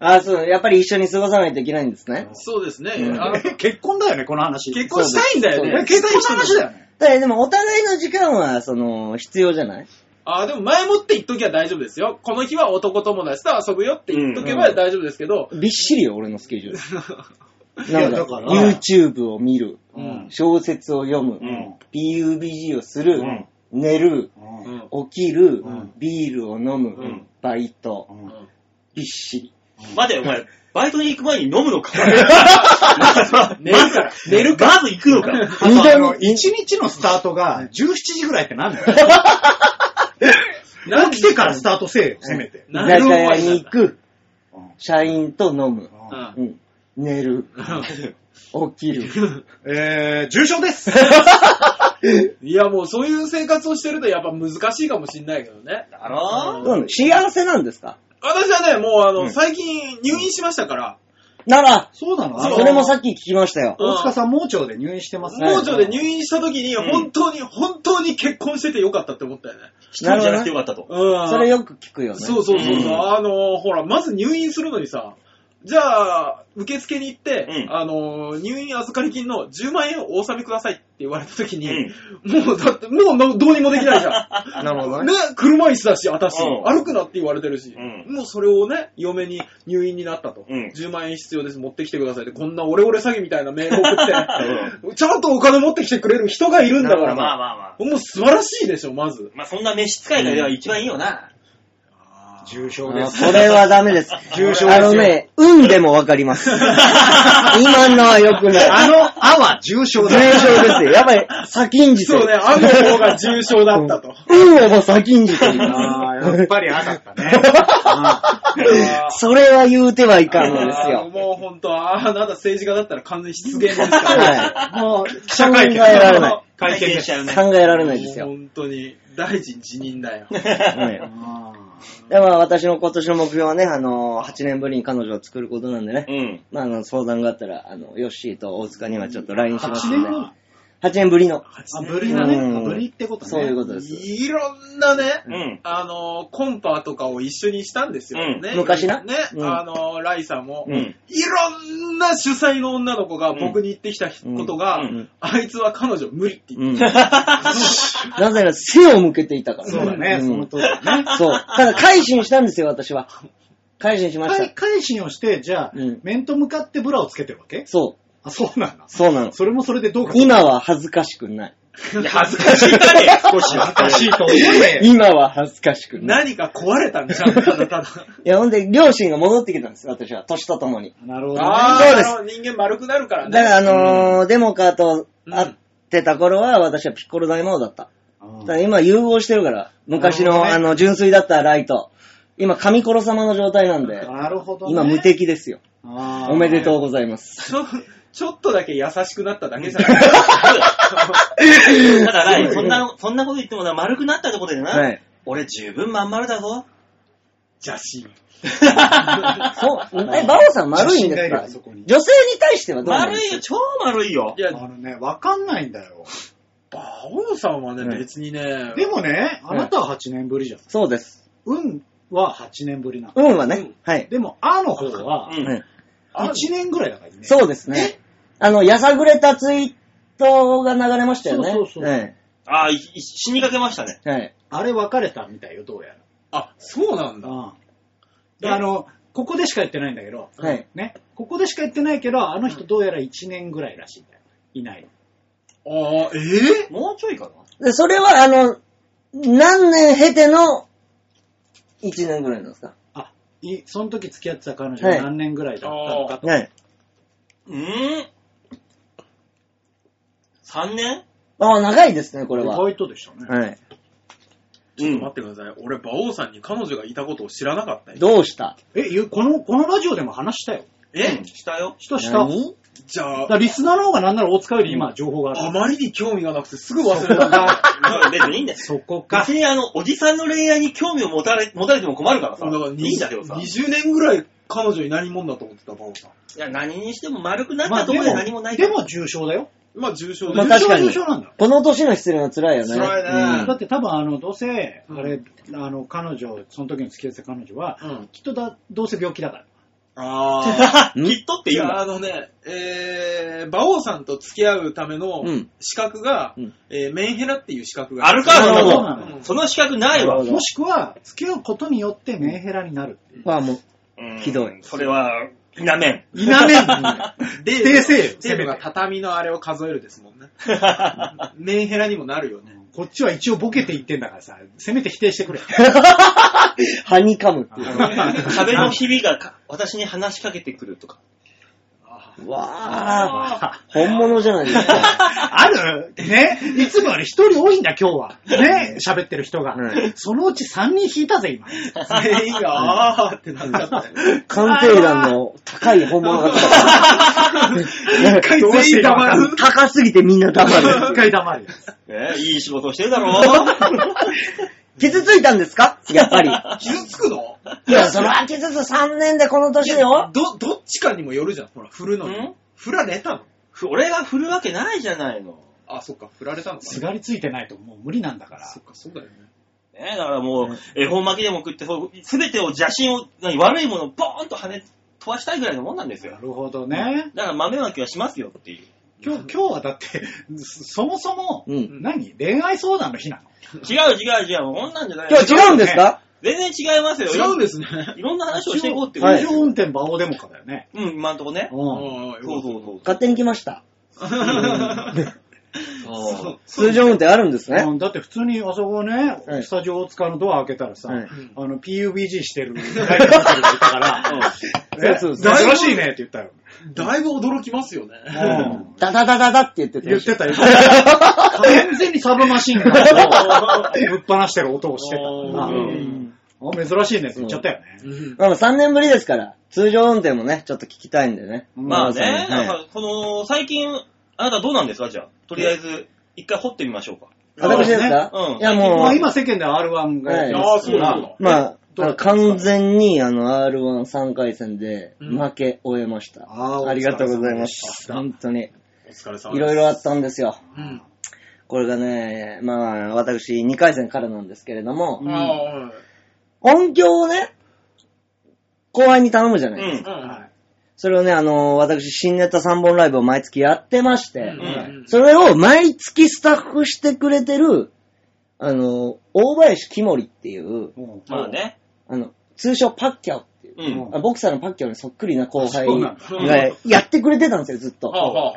S4: あ、そう、やっぱり一緒に過ごさないといけないんですね。
S3: そうですね、
S4: うん
S1: [LAUGHS]
S3: あの結
S1: 結婚だよね、この話。
S3: 婚したいんだよ
S4: そうで
S3: ね。
S1: 結婚の話だよね。
S4: だからでもお互いの時間は、その、必要じゃない
S3: ああ、でも前もって言っときゃ大丈夫ですよ。この日は男友達と遊ぶよって言っとけば大丈夫ですけど、
S4: びっしりよ、俺のスケジュール。
S1: い
S4: な
S1: や
S4: んだ
S1: だから
S4: YouTube を見る、
S3: うん
S4: 小説を読む、
S2: うん
S4: PUBG をする、
S2: うん
S4: 寝る、
S1: う
S3: うんん
S4: 起きる、
S1: うん
S4: ビールを飲
S3: う
S4: む、
S3: ん
S4: バイト、
S1: うん
S4: びっしり。
S2: 待てよ、お前、バイトに行く前に飲むの [LAUGHS] か寝
S3: 寝るから
S2: るかまず行くのか
S1: あとあの、一日のスタートが17時ぐらいって
S2: [LAUGHS]
S1: なんだよ。起きてからスタートせえよ、せめて。
S4: 居
S3: な
S4: 酒
S3: んで
S4: 屋
S3: 終わ
S4: に
S3: り
S4: 行く、
S1: うん
S4: 社員と飲む、
S3: なんだ [LAUGHS]
S4: うん寝る、起きる。
S1: えー、重症
S4: [LAUGHS]
S1: です。
S3: うんいや、もうそういう生活をしてるとやっぱ難しいかもしんないけどね。
S2: だろ
S4: うん幸せなんですか
S3: 私はね、もうあの、
S4: うん
S3: 最近入院しましたから、
S4: なら、
S1: そうなのあ
S3: そう
S4: それもさっき聞きましたよ。
S3: うん
S1: 大塚さん、盲腸で入院してます
S3: 盲腸で入
S1: 院。
S3: 院した時に
S2: うん
S3: 本当に、本当に結婚しててよかったって思ったよね。
S2: 一人じゃなくてよかったと。
S3: うん。
S4: それよく聞くよね。
S3: そうそうそうそう、
S2: うん
S3: あのーほら、まず入院するのにさ、じゃあ、受付に行って、
S2: うん
S3: あのー入院預かり金の10万円をお納めくださいって言われた時
S2: う
S3: に、
S2: ん。
S3: もうだって、もうなどうにもできないじ
S1: [LAUGHS]
S3: ゃ
S1: なるほど
S3: ん。
S1: ね。
S3: ね、車椅子だし、私、
S2: うん
S3: 歩くなって言われてるし、
S2: う
S3: もうそれをね、嫁に入院になったと、
S2: うん
S3: 10万円必要です、持ってきてくださいって、こんなオレオレ詐欺みたいなメール送
S2: [LAUGHS]
S3: って、ちゃんとお金持ってきてくれる人がいるんだから、
S2: まあまあまあ。
S3: もう素晴らしいでしょ、まず。
S2: まあそんな飯使いが一番いいよな。
S1: 重症で
S4: あ
S1: す。
S4: それはダメです。
S1: [LAUGHS] 重症ですよ
S4: あのね、運でもわか
S1: [LAUGHS]
S4: ります。今のはよくない。
S1: あの、あは重症
S4: 重
S1: だ。
S4: 症です [LAUGHS] よ。やっぱり、先んじて
S2: [LAUGHS]
S3: そうね、
S4: る。
S3: あの方が重症だったと。
S4: 運をも先んじてる。
S1: あーやっぱりあだったね。
S4: [LAUGHS] それは言うてはいかんのです
S3: あー
S4: よ。
S3: もう本当、ああ、なんだ政治家だったら完全に失言ですから。
S4: は
S1: うんもう、
S4: い。考えられない。
S2: 会見しちゃうね。
S4: 考えられないです
S3: もう
S4: よ。
S3: 本当に、大臣辞任だよ。
S4: はい [LAUGHS] でまあ私の今年の目標はね、あの、8年ぶりに彼女を作ることなんでね。
S2: うん。
S4: まあ、あの、相談があったら、あの、ヨッシーと大塚にはちょっと LINE します
S1: 8
S4: の
S1: 年
S4: で。
S1: 後。
S4: 8年ぶりの。
S1: あ、ぶりだね。
S4: うん
S1: あぶりってことね。
S4: そういうことです。
S3: いろんなね、
S2: うん。
S3: あの、コンパとかを一緒にしたんですよ。
S2: うん
S3: ね、
S4: 昔な
S3: ね、
S4: うん
S3: あの、ライさんも、
S4: う
S2: うんん。
S3: いろんな主催の女の子が僕に言ってきたことが、
S2: うんうん
S3: あいつは彼女無理って言って
S1: [LAUGHS]
S4: うん。 [LAUGHS] なぜなら背を向けていたから、
S1: そうだね、
S4: ん
S1: その通りだね。
S4: そう。ただ、改心したんですよ、私は。改心しまし
S1: 改
S4: た。
S1: 改心をして、じゃあ、
S4: うん
S1: 面と向かってブラをつけてるわけ
S4: そう。
S1: あ、そうなんだ。
S4: そうなの。
S1: それもそれでどうか。
S4: 今は恥ずかしくない。
S2: い
S3: [LAUGHS]
S2: や恥ずかしいかね、少しは。
S1: 恥ずかしいと思えねえよ
S4: 今は恥ずかしくない。
S3: 何か壊れたんじゃん、ただただ。
S4: いや、ほんで、両親が戻ってきたんですよ、私は。年とともに。
S1: なるほど、ね。
S3: あ
S4: そうで
S3: あ
S4: す
S3: あの、人間丸くなるから
S4: だ
S3: ね。
S4: から、あのーデモカーと会
S3: う
S4: っ
S3: ん
S4: てた頃は、私はピッコロ大魔王だった。
S1: うん
S4: ただ今、融合してるから。昔
S1: なるほ
S4: の、
S1: どね
S4: あの、純粋だったライト。今、神コロ様の状態なんで、
S1: なるほど、ね。
S4: 今、無敵ですよ。
S1: あー。
S4: おめでとうございます。
S3: [LAUGHS] ちょ、ちょっとだけ優しくなっただけじゃ [LAUGHS] ない。
S2: ただない、そんな、そんなこと言ってもな、丸くなったところでな、
S4: はい。
S2: 俺十分まん丸だ [LAUGHS] ぞ。
S3: 邪神。
S1: [LAUGHS]
S4: そう、え、バオさん丸いん
S1: 写真
S4: です
S1: がいる
S4: か
S1: よそこに
S4: 女性に対してはどうなんで
S2: 丸
S4: す
S2: い
S4: か
S2: よ、超丸いよ
S3: い。や
S1: あ、のね、わかんないんだよ。
S3: 馬王さんはね、
S4: うん
S3: 別にね、
S1: でもね、あなたは8年ぶりじゃん。
S4: そうです。
S1: 運は8年ぶりなの。
S4: 運はね、
S3: うん
S4: はい。
S1: でも、あの方は
S2: う、
S4: うん
S2: ん。
S1: 1年ぐらいだからね。
S4: そうですね。あの、やさぐれたツイートが流れましたよね。
S1: そうそうそう
S4: はい。
S2: ああ、い死にかけましたね。
S4: はい。
S1: あれ別れたみたいよ、どうやら。
S3: あ、そうなんだ。
S1: うん。で、あの、ここでしか言ってないんだけど、
S4: はい
S1: ね、ここでしか言ってないけど、あの人どうやら1年ぐらいらしいんだよ。いないの。
S3: ああ、ええ
S2: もうちょいかな。
S4: で、それは、あの、何年経ての1年ぐらいなんですか
S1: あ、い、その時付き合ってた彼女が何年ぐらいだったのかと。
S4: はい。
S2: うーん。3年
S4: ああ、長いですね、これ
S1: 意
S4: は。
S1: 外とでしたね。
S4: はい。
S2: う
S3: ちょっと待ってください。俺、馬王さんに彼女がいたことを知らなかったよ。
S4: どうした
S1: え、ゆこの、このラジオでも話したよ。
S2: えしたよ。
S1: したした。だか
S4: 何
S3: じゃあ、
S1: らリスナーの方がなんなら大塚より今情報がある。
S3: あまりに興味がなくてすぐ忘れたんだ。
S2: 別にいいん [LAUGHS] だよ。
S1: [LAUGHS] そこか
S2: 別。にあの、おじさんの恋愛に興味を持たれ、持たれても困るからさ。
S3: だから
S2: いいんだけどさ。い
S3: 20年ぐらい彼女いないもんだと思ってた、馬王さん。
S2: や、何にしても丸くなっ
S1: まあ
S2: たところで何もないか
S1: で
S2: ら
S1: も重症だよ。
S3: まあ、重症
S4: ま
S3: で
S4: あ
S1: 重
S3: す。
S4: 確
S1: 症
S4: か
S1: は
S4: に
S1: 重症なんだよ。
S4: この年の失恋は辛いよね。
S3: 辛いね
S1: だって多分あの、どうせ、
S3: うん
S1: あれ、あの、彼女、その時に付き合ってた彼女は、
S3: うん
S1: きっとだ、どうせ病気だから。
S3: あ
S4: ん [LAUGHS]
S2: きっとって
S3: い
S2: 言う
S3: や、
S2: な。
S3: あのね、えー、馬王さんと付き合うための
S4: うん
S3: 資格が、
S4: うん
S3: えーメンヘラっていう資格が
S2: あるか、
S1: な
S2: そ
S1: る
S2: んな
S1: ほど
S2: もん
S1: なる
S3: ほど
S2: その資格ないわ。
S1: もしくは、付き合うことによってメンヘラになる。
S4: はもう、
S2: うん
S4: ひどい
S2: それは、否め [LAUGHS] ん。
S1: 否めん。
S3: で、
S1: 否定せよ
S3: 全部が畳のあれを数えるですもんね。メンヘラにもなるよ
S1: [LAUGHS]
S3: ね。
S1: [LAUGHS] こっちは一応ボケて言ってんだからさ、せめて否定してくれ。
S4: はにかむっ
S1: [LAUGHS]
S4: ていう。
S2: 壁のひびがか私に話しかけてくるとか。
S4: うわぁ、本物じゃないですか。
S1: あるね。いつもより一人多いんだ、今日は。ね。喋ってる人が。
S4: はい
S1: そのうち3人引いたぜ、今。
S3: 全員が、あーってなっちゃったよね。
S4: 鑑定団の高い本物が来た。
S1: 回
S4: どうしていいかわかんない [LAUGHS] 高すぎてみんな黙る。
S1: [LAUGHS] 一回黙るよ。
S2: ねいい仕事をしてるだろう。
S4: 傷ついたんですかやっぱり。
S3: 傷つくの
S4: いや、それは傷つ3年でこの年だよ。
S3: ど、どっちかにもよるじゃん。ほら、振るのに
S2: ん。
S3: 振られたの
S2: [LAUGHS] ふ俺が振るわけないじゃないの。
S3: あ、そっか、振られたのか
S1: すがりついてないともう無理なんだから。
S3: そっか、そうだよね。
S2: ね、だからもう、絵本巻きでも食って、すべてを邪心を、何悪いものをボーンと跳ね飛ばしたいぐらいのもんなんです
S1: な
S2: よ。
S1: るほどね。
S2: だから豆まきはしますよっていう。
S1: 今日、今日はだって、 [LAUGHS] そそもそも、
S4: うん
S1: 何恋愛相談の日なの
S2: 違う違う違う、もうこんなんじゃない
S4: 今日違うんですか
S2: 全然違いますよ。
S3: 違うんですね。
S2: いろんな話をしていこうっていう。
S1: はい。運転馬王デモかだよね。
S2: うん、今んとこね。
S1: う
S3: あ
S1: ん。
S3: ー
S2: そうそう
S3: よ
S2: そう。
S4: 勝手に来ました。
S3: か
S2: [LAUGHS]
S3: った
S4: あ
S3: そう
S4: ー通常運転あるんですね。
S1: うんだって普通にあそこね、
S4: はい
S1: スタジオ大塚のドア開けたらさ、
S4: はい
S1: あの、PUBG してるライブ見てる人いたから、
S4: うん
S1: え
S4: そうそ
S3: そ
S4: う
S3: う
S1: 珍しいねって言ったよ。
S3: だいぶ驚きますよね。
S1: うん
S4: ダダダダダって言ってた
S1: 言
S4: で
S1: っ
S4: しょ
S1: てたよ。完全にサブマシンガンをぶっ放してる音をしてた
S3: あ
S1: う
S3: ー
S1: んあ。珍しいねって言っちゃったよね。
S3: うん
S4: まあまあ3年ぶりですから、通常運転もね、ちょっと聞きたいんでね。
S1: うん
S2: まあ
S4: 馬王
S2: ね、
S4: さん
S2: なん
S4: にはい
S2: か、この、最近、あなたどうなんですかじゃあ。とりあえず、一回掘ってみましょうか。
S4: 私ですか
S2: うん
S4: いや
S1: ま
S4: も
S1: あ
S4: う、
S1: 今世間では R1 がやって
S3: あ
S1: ま
S3: あ、
S1: す
S3: そう
S1: か
S3: な
S1: ら、
S3: の。
S4: ま
S1: どうだ
S4: あ、
S1: ったんですか
S4: 完全にあの R13 回戦で
S3: うん
S4: 負け終えました。
S1: あー
S4: ありがとうございます。
S3: お疲れ様で
S4: 本当に。
S3: お疲れ様です。
S4: いろいろあったんですよ。
S3: うん。
S4: これがね、まあ、私2回戦からなんですけれども、
S1: うん
S3: あーはい
S4: 音響をね、後輩に頼むじゃないですか。
S2: う
S1: はい
S4: それをね、あのー私、新ネタ3本ライブを毎月やってまして、
S3: うんうん
S4: それを毎月スタッフしてくれてる、あのー大林木森っていう、
S1: うん
S2: まあね。
S4: あの、通称パッキャオっていう、
S2: うん。
S4: あボクサーのパッキャオにそっくりな後輩
S1: そうなん
S3: だ
S4: がやってくれてたんですよ、ずっと。
S3: はあはあは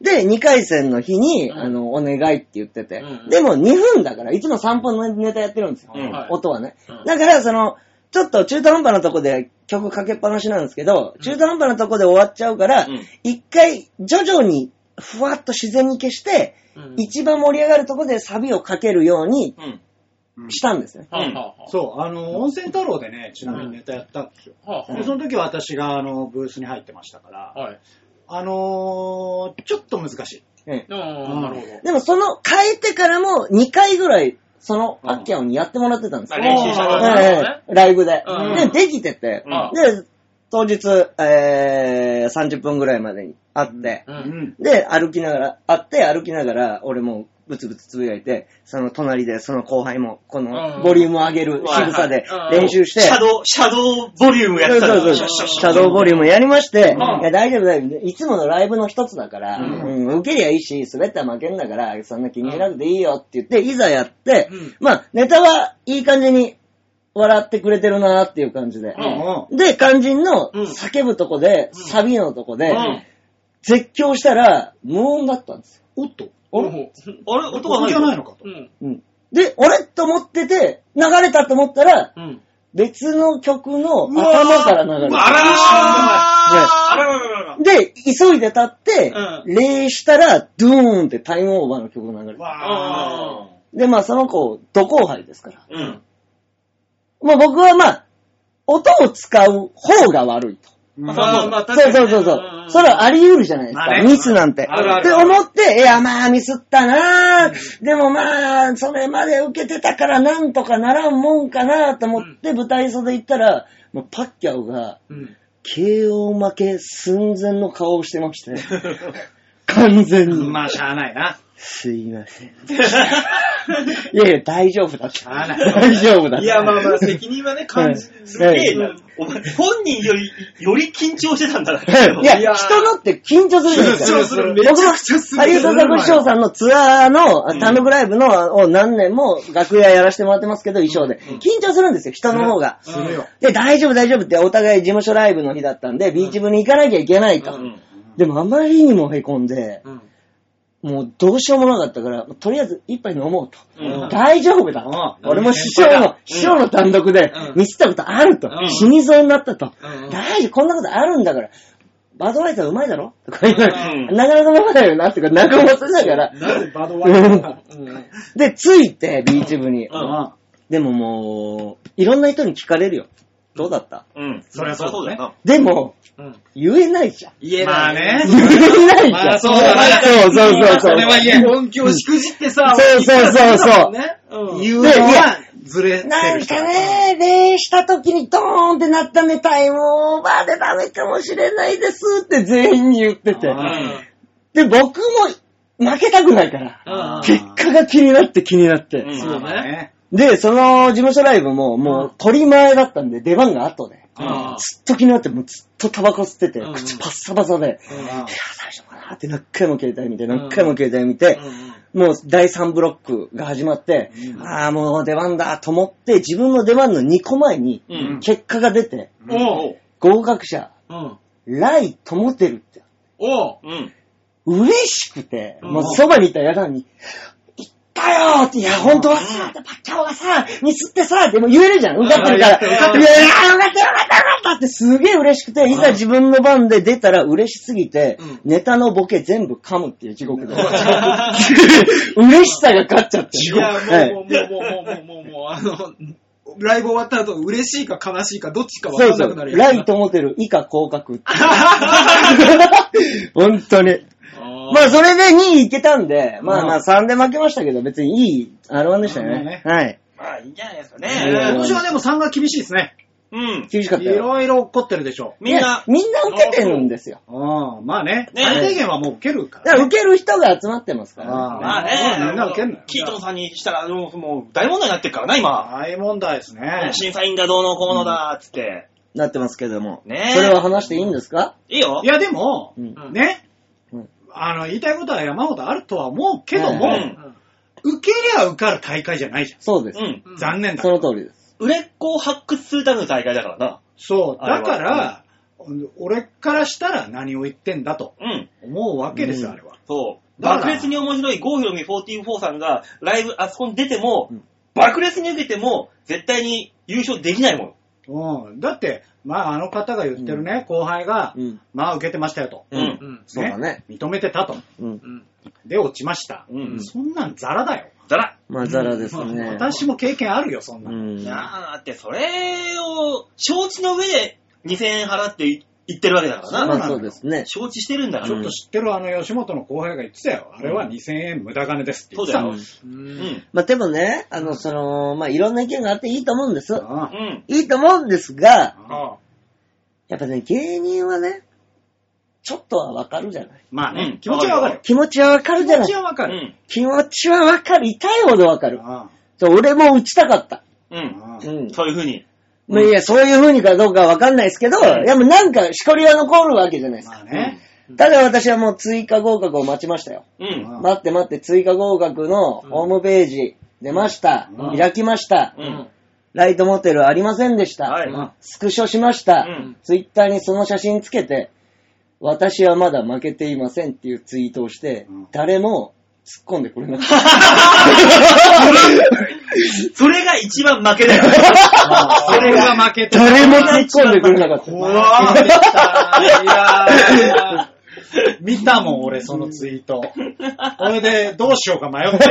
S4: で、2回戦の日に、
S3: うん
S4: あの、お願いって言ってて
S3: うんうん。
S4: でも2分だから、いつも3分のネタやってるんですよ
S2: う。ん
S3: はい
S4: 音はね
S3: うん。
S4: だから、その、ちょっと中途半端なとこで曲かけっぱなしなんですけど、中途半端なとこで終わっちゃうから
S2: うん、
S4: 一回徐々にふわっと自然に消して、
S3: あはあ。うん
S4: 一番盛り上がるとこでサビをかけるように
S2: うん。
S4: したんですね。
S3: はあはあはあ
S1: そう、あの、温泉太郎でね、ちなみにネタやったんですよ。
S3: はあは
S1: で、その時は私が、あの、ブースに入ってましたから
S3: あ。、はい。
S1: あのーちょっと難しい。
S4: ええ
S3: ああ、なるほど。
S4: でもその変えてからも2回ぐらい、そのパッキャオにやってもらってたんです
S2: まあ
S4: よ。
S2: 練習した
S3: あ
S2: か
S3: な
S2: ら
S3: る
S2: ね。
S3: ほどね
S4: ええライブで
S3: うん。
S4: で、できて
S2: う、
S4: て
S3: あ
S4: で、当日、えー、30分ぐらいまでに会って、
S3: う。
S1: うんん。
S4: で、歩きながら、会って歩きながら、俺もブツブツつぶやいて、その隣で、その後輩も、こ
S3: うん
S4: の、ボリュームを上げる仕草で
S3: うん
S4: 練習して、
S2: シャドウ、シャドウボリュームやっ
S4: そう
S2: てたら
S4: そう
S2: シ
S4: そ
S2: ャ
S4: う
S2: ッシャッシャッ
S4: シャドーボリュームやりまして、
S3: うん
S4: いや大丈夫大丈夫。いつものライブの一つだから、
S3: う
S4: うんん、受けりゃいいし、滑ったら負けんだから、そんな気にしなくていいよって言って、いざやって、
S3: うん
S4: まあ、ネタはいい感じに笑ってくれてるなっていう感じで。
S3: う
S1: う
S4: で、肝心の
S3: うん
S4: 叫ぶとこで、
S3: うん
S4: サビのとこで、
S3: うん
S4: 絶叫したら無音だったんですよ。
S1: ん。おっと。
S3: お
S2: あれ音が
S1: ここ
S2: ない
S1: じゃないのかと
S3: う。ん。
S4: うんで、あれと思ってて、流れたと思ったら、
S3: うん。
S4: 別の曲の頭から流れ
S2: あらー
S4: た。
S2: あららららら。
S4: で、急いで立って、
S3: う
S4: 礼したら、ドゥーンってタイムオーバーの曲が流れた。
S1: わ
S2: あ
S4: で、まあその子、土後輩ですから。
S2: ーうん。
S4: まあ僕はまあ、音を使う方が悪い
S1: ー
S4: と。
S2: まあ
S3: まあまあ、確か
S4: そう
S3: に
S4: そうそうそう。
S2: [LAUGHS]
S4: それはあり得るじゃないですか。
S1: まあね
S4: ミスなんて。
S3: あるある
S4: って思って、いや、まあミスったなあでもまあ、それまで受けてたからなんとかならんもんかなと思って舞台袖行ったら、もうパッキャオが、
S3: うん。
S4: KO 負け寸前の顔をしてま
S3: [LAUGHS]
S4: して。完全に。
S1: まあ、しゃあないな。
S4: すいません。いやいや、大丈夫だって。
S3: あら
S4: [LAUGHS] 大丈夫だって。
S3: いや、まあまあ、責任はね、感じ。
S2: すげえ
S3: は。
S2: ないお前、本人より、より緊張してたんだな。
S4: [LAUGHS] い
S3: いや
S4: や、
S3: ー
S4: 人のって緊張するんです
S3: する
S4: よ。
S3: するめ
S4: 僕
S3: ち
S4: も
S3: ゃくちゃする。
S4: 有田作師匠さんのツアーのあ単独ライブのを何年も楽屋やらせてもらってますけど、衣装で。緊張するんですよ、人の方が。
S1: するよ。
S4: で、大丈夫大丈夫ってお互い事務所ライブの日だったんで、ビーチ部に行かなきゃいけないと。
S3: うん
S4: でもあまりにも凹んで、
S3: うん。
S4: もうどうしようもなかったから、とりあえず一杯飲もうと。
S2: うん
S4: 大丈夫だ。
S2: う
S4: 俺も師匠の、師匠の単独で
S3: うん
S4: ミスったことあると
S3: う。ん
S4: 死にそうになったと
S3: うん。
S4: 大丈夫、こんなことあるんだから。バドワイザーうまいだろとか言いながら
S2: うん
S4: なかなか飲まないよなってか、仲間せながら。
S3: なぜバドワイザーかうん
S4: で、着いて、ビーチ部に。
S2: うん。
S4: でももう、いろんな人に聞かれるよ。どうだった
S2: うん。
S3: そりゃそうだよな
S4: でも、
S3: うん。
S4: 言えないじゃん。
S3: 言え
S2: ま
S3: な
S2: あ
S3: い。
S2: ね
S4: 言えないじ
S3: ま
S4: ゃ
S3: あ
S4: ん。
S3: そうだな
S4: そうそうそうそう。
S3: それは言え。音響しくじってさ、
S4: そうそうそうそう
S3: ね。
S4: 言
S3: 言
S4: う
S3: う
S4: の
S3: の
S4: は
S3: はずれてる
S4: なんかね、礼した時にドーンってなったみたい、もうオーバーでダメかもしれないですって全員に言ってて。で、僕も負けたくないから、
S3: うん
S4: 結果が気になって気になって。
S2: うん
S3: そうね。
S4: で、その事務所ライブももう取り前だったんで、出番が後で。
S3: うん
S4: ずっと気になって、もうずっとタバコ吸ってて
S3: う、ん
S4: 口パッサパサで、い
S3: う
S4: や
S3: ん
S4: 大丈夫かなって何回も携帯見て、何回も携帯見て、もう第3ブロックが始まって、ああ、もう出番だと思って、自分の出番の2個前に
S2: うん、
S4: 結果が出て、
S3: うんおう。
S4: 合格者、
S3: うん。
S4: ライトモテルって、
S3: おう。
S2: うん。
S4: 嬉しくて、
S3: うん
S4: もうそばにいたやだに、行ったよって、いや、本当は
S2: う
S4: さ
S2: ん、
S4: パッキャオがさ、ミスってさ、でも言えるじゃん。受かってるから。
S3: うん
S4: いやー、受かったよかったよかったってすげえ嬉しくて、いざ自分の番で出たら嬉しすぎて
S3: うん、
S4: ネタのボケ全部噛むっていう地獄で。 [LAUGHS] 嬉しさが勝っちゃって。
S3: い
S4: は
S3: や、
S4: い
S3: もう、もう、もう、もう、もう、もう、もう、あの、ライブ終わった後、嬉しいか悲しいか、どっちか分
S4: そう
S3: かん
S4: そ
S3: なくな
S4: う。
S3: るや
S4: ラ
S3: つ
S4: イトモテル以下降
S3: [LAUGHS]
S4: 格。本当に。
S3: あ
S4: まあ、それで2位いけたんで、まあま
S3: う
S4: あ3で負けましたけど、別にいい R1 でした
S1: まあね
S4: ね。はい。
S2: まあ、いいんじゃないですか
S4: うん
S2: ね。
S1: 今年はでも3が厳しいですね。
S2: うん。
S4: 厳しかっ
S1: い
S4: たよ。
S1: ろいろ怒ってるでしょ
S2: みん
S4: いや
S2: な、
S4: みんな受けてるんですよ。
S1: う。うん、まあね。
S2: ね
S1: 最低限はもう受けるか
S4: だから
S1: ら、ね。
S4: 受ける人が集まってますから、
S1: あ
S2: ま
S1: ま
S2: あね、
S1: あみんな受けんのよ。
S2: キートンさんにしたら、もうもう大問題になってるからな、今。
S1: 大問題ですね。
S2: 審査員がどうのこうのだ、つって。
S4: なってますけども。
S2: ねえ
S4: それは話していいんですか
S2: いいよ
S1: い。や、でも
S4: う、ん
S3: うん
S1: ね
S4: うん。
S1: あの、言いたいことは山ほどあるとは思うけども
S2: う、。
S3: うんん
S1: 受けりゃ受かる大会じゃないじ
S4: そうです
S2: う。ん。
S3: うん
S1: 残念だ。
S4: その通りです。
S2: 売れっ子を発掘するための大会だからな。
S1: そう。
S2: あれは
S1: だから、俺からしたら何を言ってんだと
S2: うん。
S1: 思うわけですよ、
S4: うん
S1: あれは。
S2: そう。
S1: だから
S2: 爆裂に面白い郷ひろみ44さんがライブあそこに出ても、
S4: うん
S2: 爆裂に受けても絶対に優勝できないもん。
S1: うん。だって、まあ、あの方が言ってるね、後輩が、
S4: うん。
S1: まあ、受けてましたよと。
S2: う。
S4: うん
S3: うん。
S4: そうだね。
S1: 認めてたと。
S4: うん。
S3: うん。
S1: で、落ちました。
S2: うん。
S1: そんなんザラだよ。
S2: だら。
S4: まあ、ザラです
S1: まあ
S4: ね。
S1: 私も経験あるよ、そんな。
S4: うんん。
S2: なあ、だってそれを承知の上で2000円払ってい言ってるわけだから
S4: ま
S2: な。
S4: あ、そうですね。
S2: 承知してるんだか
S1: ち
S2: ら。
S1: ょっと知ってるあの吉本の後輩が言ってたよ。あれは2000円無駄金ですって言ってた。
S2: そうだよ
S1: う
S2: う
S3: う。
S2: うんん。
S4: まあ、でもね、あの、その、まあ、いろんな意見があっていいと思うんです。
S1: ん
S2: うん。
S4: いいと思うんですが、
S1: ああ
S4: やっぱね、芸人はね、ちょっとはわかるじゃない。
S1: まあね、
S2: うん
S1: 気持ちはわかる。
S4: 気持ちはわかる
S1: 気
S4: じゃ
S1: 持
S4: ない
S1: ち。はわ
S2: う
S1: かる。
S2: ん。
S4: 気持ちはわかる。痛いほどわかる。
S1: あ
S4: そう俺も打ちたかった。
S2: う
S1: あ
S2: ん。
S1: ああ
S4: うん。
S2: そういうふうに。
S4: まあいや、そういう風にかどうかはわかんないですけど、いや、もうなんか、しこりが残るわけじゃないですか。
S1: まあね。
S4: ただ私はもう追加合格を待ちましたよ。
S2: うん。
S1: うん
S4: 待って待って、追加合格のホームページ出ました。
S1: うん
S4: 開きました。
S2: うん。
S4: ライトモテルありませんでした。
S2: は
S1: うん
S2: い。
S4: スクショしました。
S2: うん
S4: ツイッターにその写真つけて、私はまだ負けていませんっていうツイートをして、
S1: うん
S4: 誰も突っ込んでくれなかった。
S2: それが一番負けだよ。
S1: それが負けた。
S4: 誰も突っ込んでくれなかった。
S1: うわー見たいやー見たもん、俺、そのツイート。これで、どうしようか迷って。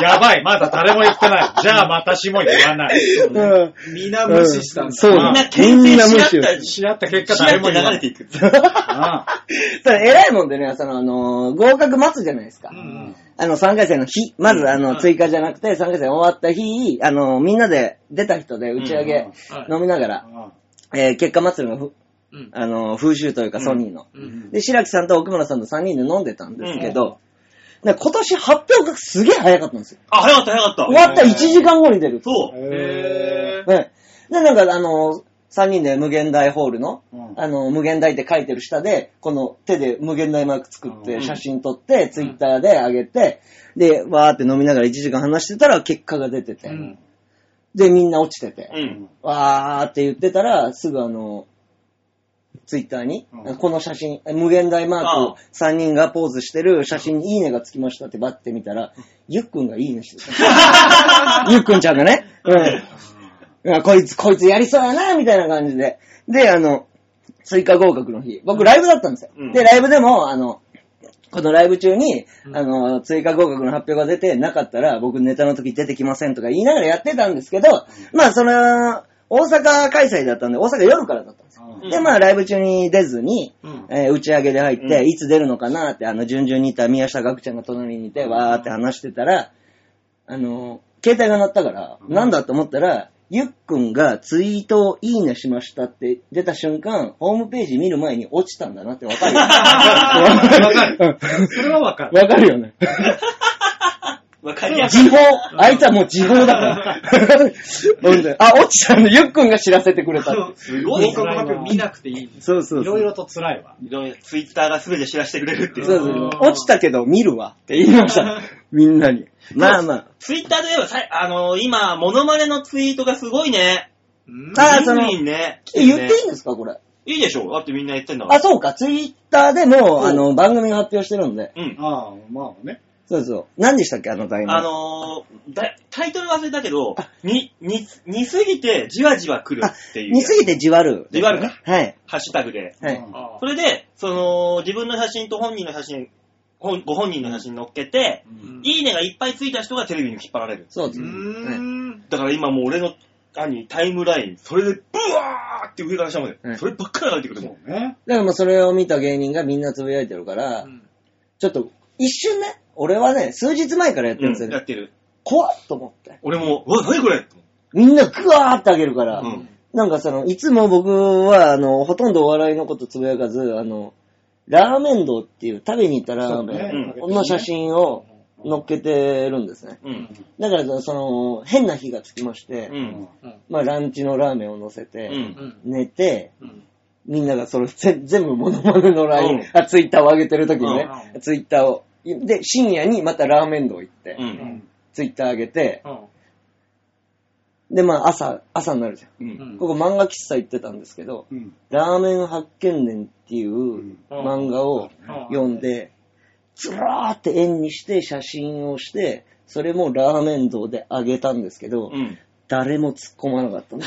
S1: やばい、まだ誰も言ってない。じゃあ、私も言わない。
S4: うん
S3: 皆無視したんだ。
S4: そう
S2: みん
S4: だ
S2: な牽制し合っ
S4: みんな
S2: た
S4: 無視
S2: し、
S1: 知らった結果、
S2: し合
S1: 誰
S2: って
S1: も言
S2: 流
S1: わな
S2: れて
S1: い。
S2: いく。う
S1: ああ
S4: ただ偉いもんでね、その、あのー合格待つじゃないですか。
S3: うん。
S4: あの、3回戦の日、まず、あ
S3: う
S4: の、
S3: ん
S4: 追加じゃなくて、3回戦終わった日、あの、みんなで出た人で打ち上げ
S3: うん
S4: 飲みながら、えー結果祭りのふ、
S3: うん。
S4: あの、風習というか、ソニーの。
S3: うん。
S4: で、白木さんと奥村さんと3人で飲んでたんですけど、で今年発表がすげえ早かったんですよ。
S2: あ、早かった、早か
S4: 終
S2: った。
S4: わった1時間後に出る。
S2: そう。
S3: へ
S4: [LAUGHS] ね。で、なんかあの、3人で無限大ホールの、
S1: うん
S4: あの、無限大って書いてる下で、この手で無限大マーク作っ
S2: う
S4: て、
S2: ん
S4: 写真撮って、ツイッターで上げて、で、わーって飲みながら1時間話してたら結果が出てて、
S3: うん
S4: で、みんな落ちてて、
S2: うん。
S4: わーって言ってたら、すぐあの、ツイッターに、
S1: うん
S4: この写真、無限大マーク3人がポーズしてる写真にいいねがつきましたってバッて見たら、ゆっくんがいいねしてた。 [LAUGHS] ゆっくんちゃんがね。うん。こいつ、こいつやりそうやな、みたいな感じで。で、あの、追加合格の日。僕、ライブだったんですよ。
S2: うん
S4: で、ライブでも、あの、このライブ中に、
S3: うん
S4: あの、追加合格の発表が出てなかったら、僕ネタの時出てきませんとか言いながらやってたんですけど、まあ、その、大阪開催だったんで、大阪夜からだったんですよ。
S2: うん
S4: で、まあ、ライブ中に出ずに、
S3: うん
S4: えー打ち上げで入って、
S2: うん
S4: いつ出るのかなって、あの、順々にいた宮下岳ちゃんが隣にいて、わーって話してたら、あの、携帯が鳴ったから、なんだと思ったら、ゆっくんがツイートをいいねしましたって出た瞬間、ホームページ見る前に落ちたんだなってわ [LAUGHS] かるよ。
S3: わかる
S4: うん
S3: それはわかる。
S4: わかるよね。
S2: わかりやすい。
S4: 時報あいつはもう時報だ [LAUGHS] から。ほんであ、落ちたんだ。ゆっくんが知らせてくれたって。
S2: すごい
S3: 合格発表見なくていい。
S4: そうそう
S1: いろい
S4: そう。
S1: ろと辛いわ。
S2: いろいろツイッターが全て知らせてくれるってい
S4: そう
S2: う。
S4: そう落ちたけど見るわって言いま
S2: [LAUGHS]
S4: した。みんなに。まあまあ。
S2: ツイッターで言えばさい、あのー今、モノマネのツイートがすごいね。
S3: うん
S4: あーその
S2: いいね。
S4: え言っていいんですかこれ。
S2: いいでしょだってみんな言ってんだか
S4: あ、
S2: ら。
S4: そうか。ツイッターでも
S2: う
S4: うんあの番組が発表してるんで。
S2: うん。
S1: ああ、まあね。
S4: そうそう。何でしたっけあの題名。
S2: あのーだ、タイトル忘れたけど、に、に、にすぎてじわじわ来るっていう。
S4: 似すぎてじわる。
S2: じわるか。
S4: はい。
S2: ハッシュタグで。
S4: は
S1: う
S4: い。
S1: ん
S3: あ
S2: それで、その、自分の写真と本人の写真、ほんご本人の写真乗っけて、
S3: うん
S2: いいねがいっぱいついた人がテレビに引っ張られる。
S4: そうで
S3: う
S4: す。はい
S3: ん。
S2: だから今もう俺の兄タイムライン、それでブワーって上から下まで、
S4: うん
S2: そればっかり上がってくるもん。
S1: そうね。
S4: だからまあそれを見た芸人がみんなつぶやいてるから、ちょっと一瞬ね、俺はね、数日前からやってるんです
S2: うんや
S4: よ。
S2: ってる。
S4: 怖っと思って。
S2: 俺も、うわ、何これ
S4: みんなグワーってあげるから、
S2: うん
S4: なんかその、いつも僕は、あの、ほとんどお笑いのことつぶやかず、あの、ラーメン堂っていう食べに行ったラーメン
S2: ね
S4: の写真を載っけてるんですね。
S2: うん。
S4: だから、その、変な日がつきまして、
S2: うん。
S4: まあ、ランチのラーメンを載せ
S2: う
S4: て、
S2: ん。
S4: 寝て、
S3: うん
S4: みんながそれぜ全部モノマネのライン、
S2: うん
S4: あ、ツイッターを上げてる時にね、
S3: う
S4: ツイッターを。で、深夜にまたラーメン堂行って、
S2: う。
S1: うんん。
S4: ツイッター上げて、
S3: うん
S4: で、まあ、朝、朝になるじゃん。
S2: う。
S3: うんん
S4: ここ漫画喫茶行ってたんですけど、
S1: うん。
S4: ラーメン発見伝っていう
S1: うん
S4: 漫画を読んで、ずらーって円にして写真をして、それもラーメン堂であげたんですけど、 [LAUGHS]
S2: うん。
S4: 誰も突っ込まなかったの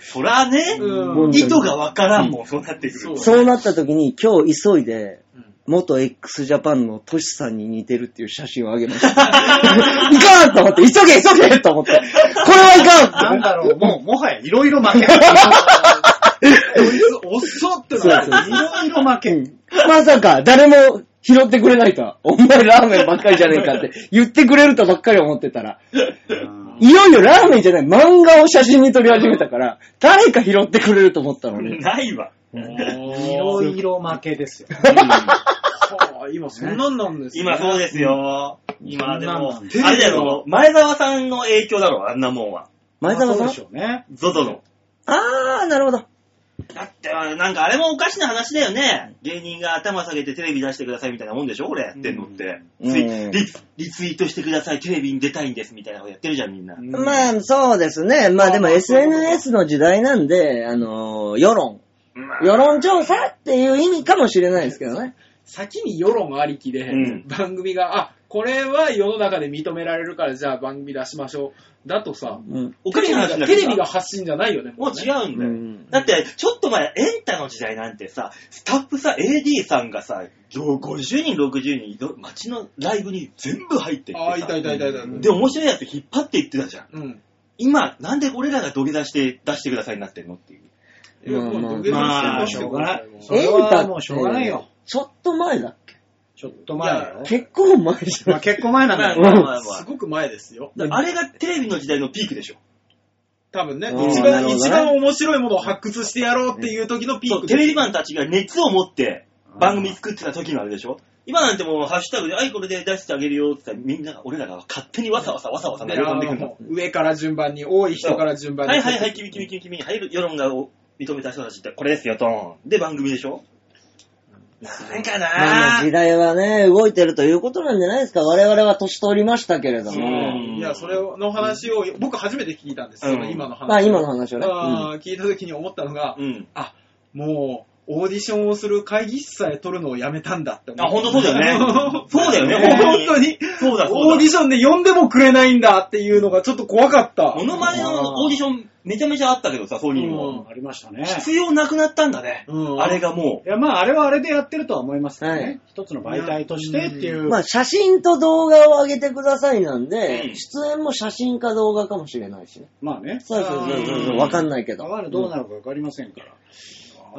S2: そらね、
S3: うん
S2: 意図がわからんもん、そうなってくる。
S4: そうなった時に今日急いで、
S3: うん
S4: 元 x ジャパンのトシさんに似てるっていう写真をあげました。いかんと思って、急げ急げと思って、これはいか
S1: なんん
S4: って
S1: だろう、もう、もはやいろいろ負け。
S3: こいつ遅ってなる。
S1: いろいろ負け。
S4: まさか、誰も拾ってくれないとは、お前ラーメンばっかりじゃねえかって言ってくれるとばっかり思ってたら、
S1: うん
S4: いよいよラーメンじゃない漫画を写真に撮り始めたから、誰か拾ってくれると思ったのに。
S2: ないわ。
S1: いろいろ負けですよ。
S3: そう今そんなんなんですね
S2: 今そうですよ。今でも、
S1: そ
S2: あ
S1: ん
S2: れ
S1: な
S3: の
S2: だよ、前澤さんの影響だろ、あんなもんは。
S4: 前
S1: まあ
S4: 澤
S1: そ
S4: さ
S1: うんでしょうね。
S2: ゾゾの。
S4: あー、なるほど。
S2: だって、なんかあれもおかしな話だよね。芸人が頭下げてテレビ出してくださいみたいなもんでしょ俺やってんのって。
S4: うん
S2: ツイ
S4: うん
S2: リリツイートしてください、テレビに出たいんですみたいなことやってるじゃん、みんな。
S4: まあ、そうですね。まあで
S3: ま
S4: も
S3: あまあそういうこと
S4: SNS の時代なんで、あのー、世論。
S2: まあ
S4: 世論調査っていう意味かもしれないですけどね。
S3: 先に世論ありきで
S2: うん、
S3: 番組が、あ、これは世の中で認められるから、じゃあ番組出しましょう。だとさ、
S4: うん。
S2: お
S3: テ
S2: かし
S3: レビ
S2: な
S3: が
S2: 話になる
S3: テレビが発信じゃないよね。
S2: もう違
S3: う。
S2: うんだよ。
S4: うん
S2: だって、ちょっと前、エンタの時代なんてさ、スタッフさ、AD さんがさ、50人、60人、ど街のライブに全部入ってってさ
S3: ああ、いたいたいたいた。
S2: で、面白いやつ引っ張っていってたじゃん。
S3: うん。
S2: 今、なんで俺らが土下座して出してくださいになってんのっていう。
S3: いやもう土下座して
S2: まあ
S3: 出してくださいもう
S1: それはもうしょうがないよ。
S4: ちょっと前だっけ
S1: ちょっと前だよ。
S4: 結構前じゃ
S1: ま
S4: な
S1: あ
S4: い
S1: 結構前なんだけど
S2: まあまあまあ
S3: すごく前ですよ。
S2: だからあれがテレビの時代のピークでしょ。
S3: 多分ね、
S4: うん
S3: 一
S4: なる
S3: 番、
S4: ほどね
S3: 一番面白いものを発掘してやろうっていう時のピ
S2: そ
S3: ー
S2: う
S3: ク。
S2: テレビマンたちが熱を持って番組作ってた時のあれでしょ。今なんてもうハッシュタグで、はい、これで出してあげるよって言ったら、みんなが、俺らが勝手にわさわさわさわさ
S3: ね
S2: 並び込んでくるんだ。
S3: もう上から順番に、多い人から順番に。
S2: はいはいはい、君君君君、はい、世論が認めた人たちって、これですよ、とん。で、番組でしょなんか
S4: ま
S2: な
S4: あ
S2: ぁ
S4: 時。代はね、動いてるということなんじゃないですか。我々は年取りましたけれど
S2: うん
S4: も。
S3: いや、それの話を、僕初めて聞いたんですよ、
S2: うん
S3: 今の話。
S4: まあ今の話をね。
S3: あー聞いた時に思ったのが、
S2: うん。
S3: あ、もう、オーディションをする会議室さえ取るのをやめたんだって思。
S2: あ、ほんとそうだよね
S3: [LAUGHS]
S2: そうだよね、
S3: 本当に。
S2: そうだ、
S3: オ
S2: そ
S3: ー
S2: う
S3: ディ
S2: だ。
S3: ションで呼んでもくれないんだっていうのがちょっと怖かった。
S2: モノマネのオーディション、めちゃめちゃあったけどさ、そういうのも。
S1: ありましたね。
S2: 必要なくなったんだね。
S3: うん
S2: あれがも
S1: いや、まあ、あれはあれでやってるとは思いますけどね。
S4: はい
S1: 一つの媒体としてっていう。
S4: うんまあ写真と動画を上げてくださいなん
S2: う
S4: で、
S2: ん
S4: 出演も写真か動画かもしれないしね。
S1: まあね。
S4: そうそうそうそう
S2: う
S4: そ
S2: ん
S4: う。わかんないけど。
S1: 我々どうな
S4: る
S1: るかわかりませんから。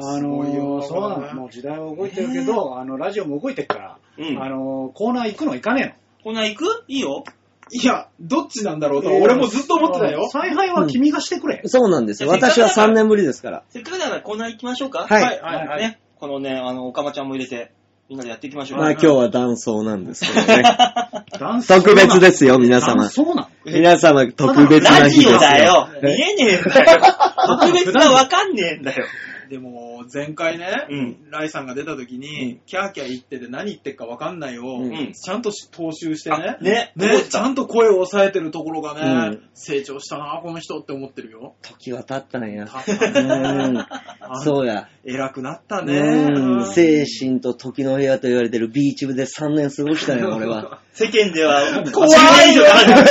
S3: あ
S1: あの
S3: すごいよ
S1: ー、そうなの。もう時代は動いてるけど、あの、ラジオも動いてるから、
S2: う。うん。
S1: あのー、コーナー行くの行かね
S2: こんな行くいいよ。
S3: いや、どっちなんだ
S1: え
S3: ろう
S1: の
S3: と、。俺もずっと思ってたよ。
S1: 采配は君がしてくれ。
S4: そうなんですよ。
S2: いや
S4: 私は3年ぶりですから。
S2: せっかくだからコーナー行きましょうか。
S4: はい
S3: はいはい
S2: ね。このね、あの、おかまちゃんも入れて、みんなでやっていきましょう。
S4: まあ今日は断層なんですけどね。
S1: ダンス
S4: 特別ですよ、皆
S1: ダ
S4: 様
S1: ン。そうなの
S4: 皆様、特別な
S2: ラ
S4: 日
S2: ジ
S4: です
S2: オだよ。
S4: え
S2: 見えねえんだよ。特別がわかんねえんだよ。
S3: でも、前回ね、
S2: うん
S3: ライさんが出た時に、キャーキャー言ってて何言ってっか分かんないを、
S4: うん
S3: ちゃんとし踏襲してね
S2: あ。ね
S3: ね、ちゃんと声を抑えてるところがね、
S4: うん
S3: 成長したな、この人って思ってるよ。
S4: 時は経ったんや。
S3: [LAUGHS] た
S4: うんそうや。
S3: 偉くなったね。
S4: う
S3: うん
S4: ん。精神と時の部屋と言われてるビーチ部で3年過ごしたんや、俺は。
S2: 世間では、
S3: 怖
S2: 10
S3: い
S2: 年以上かかるよ。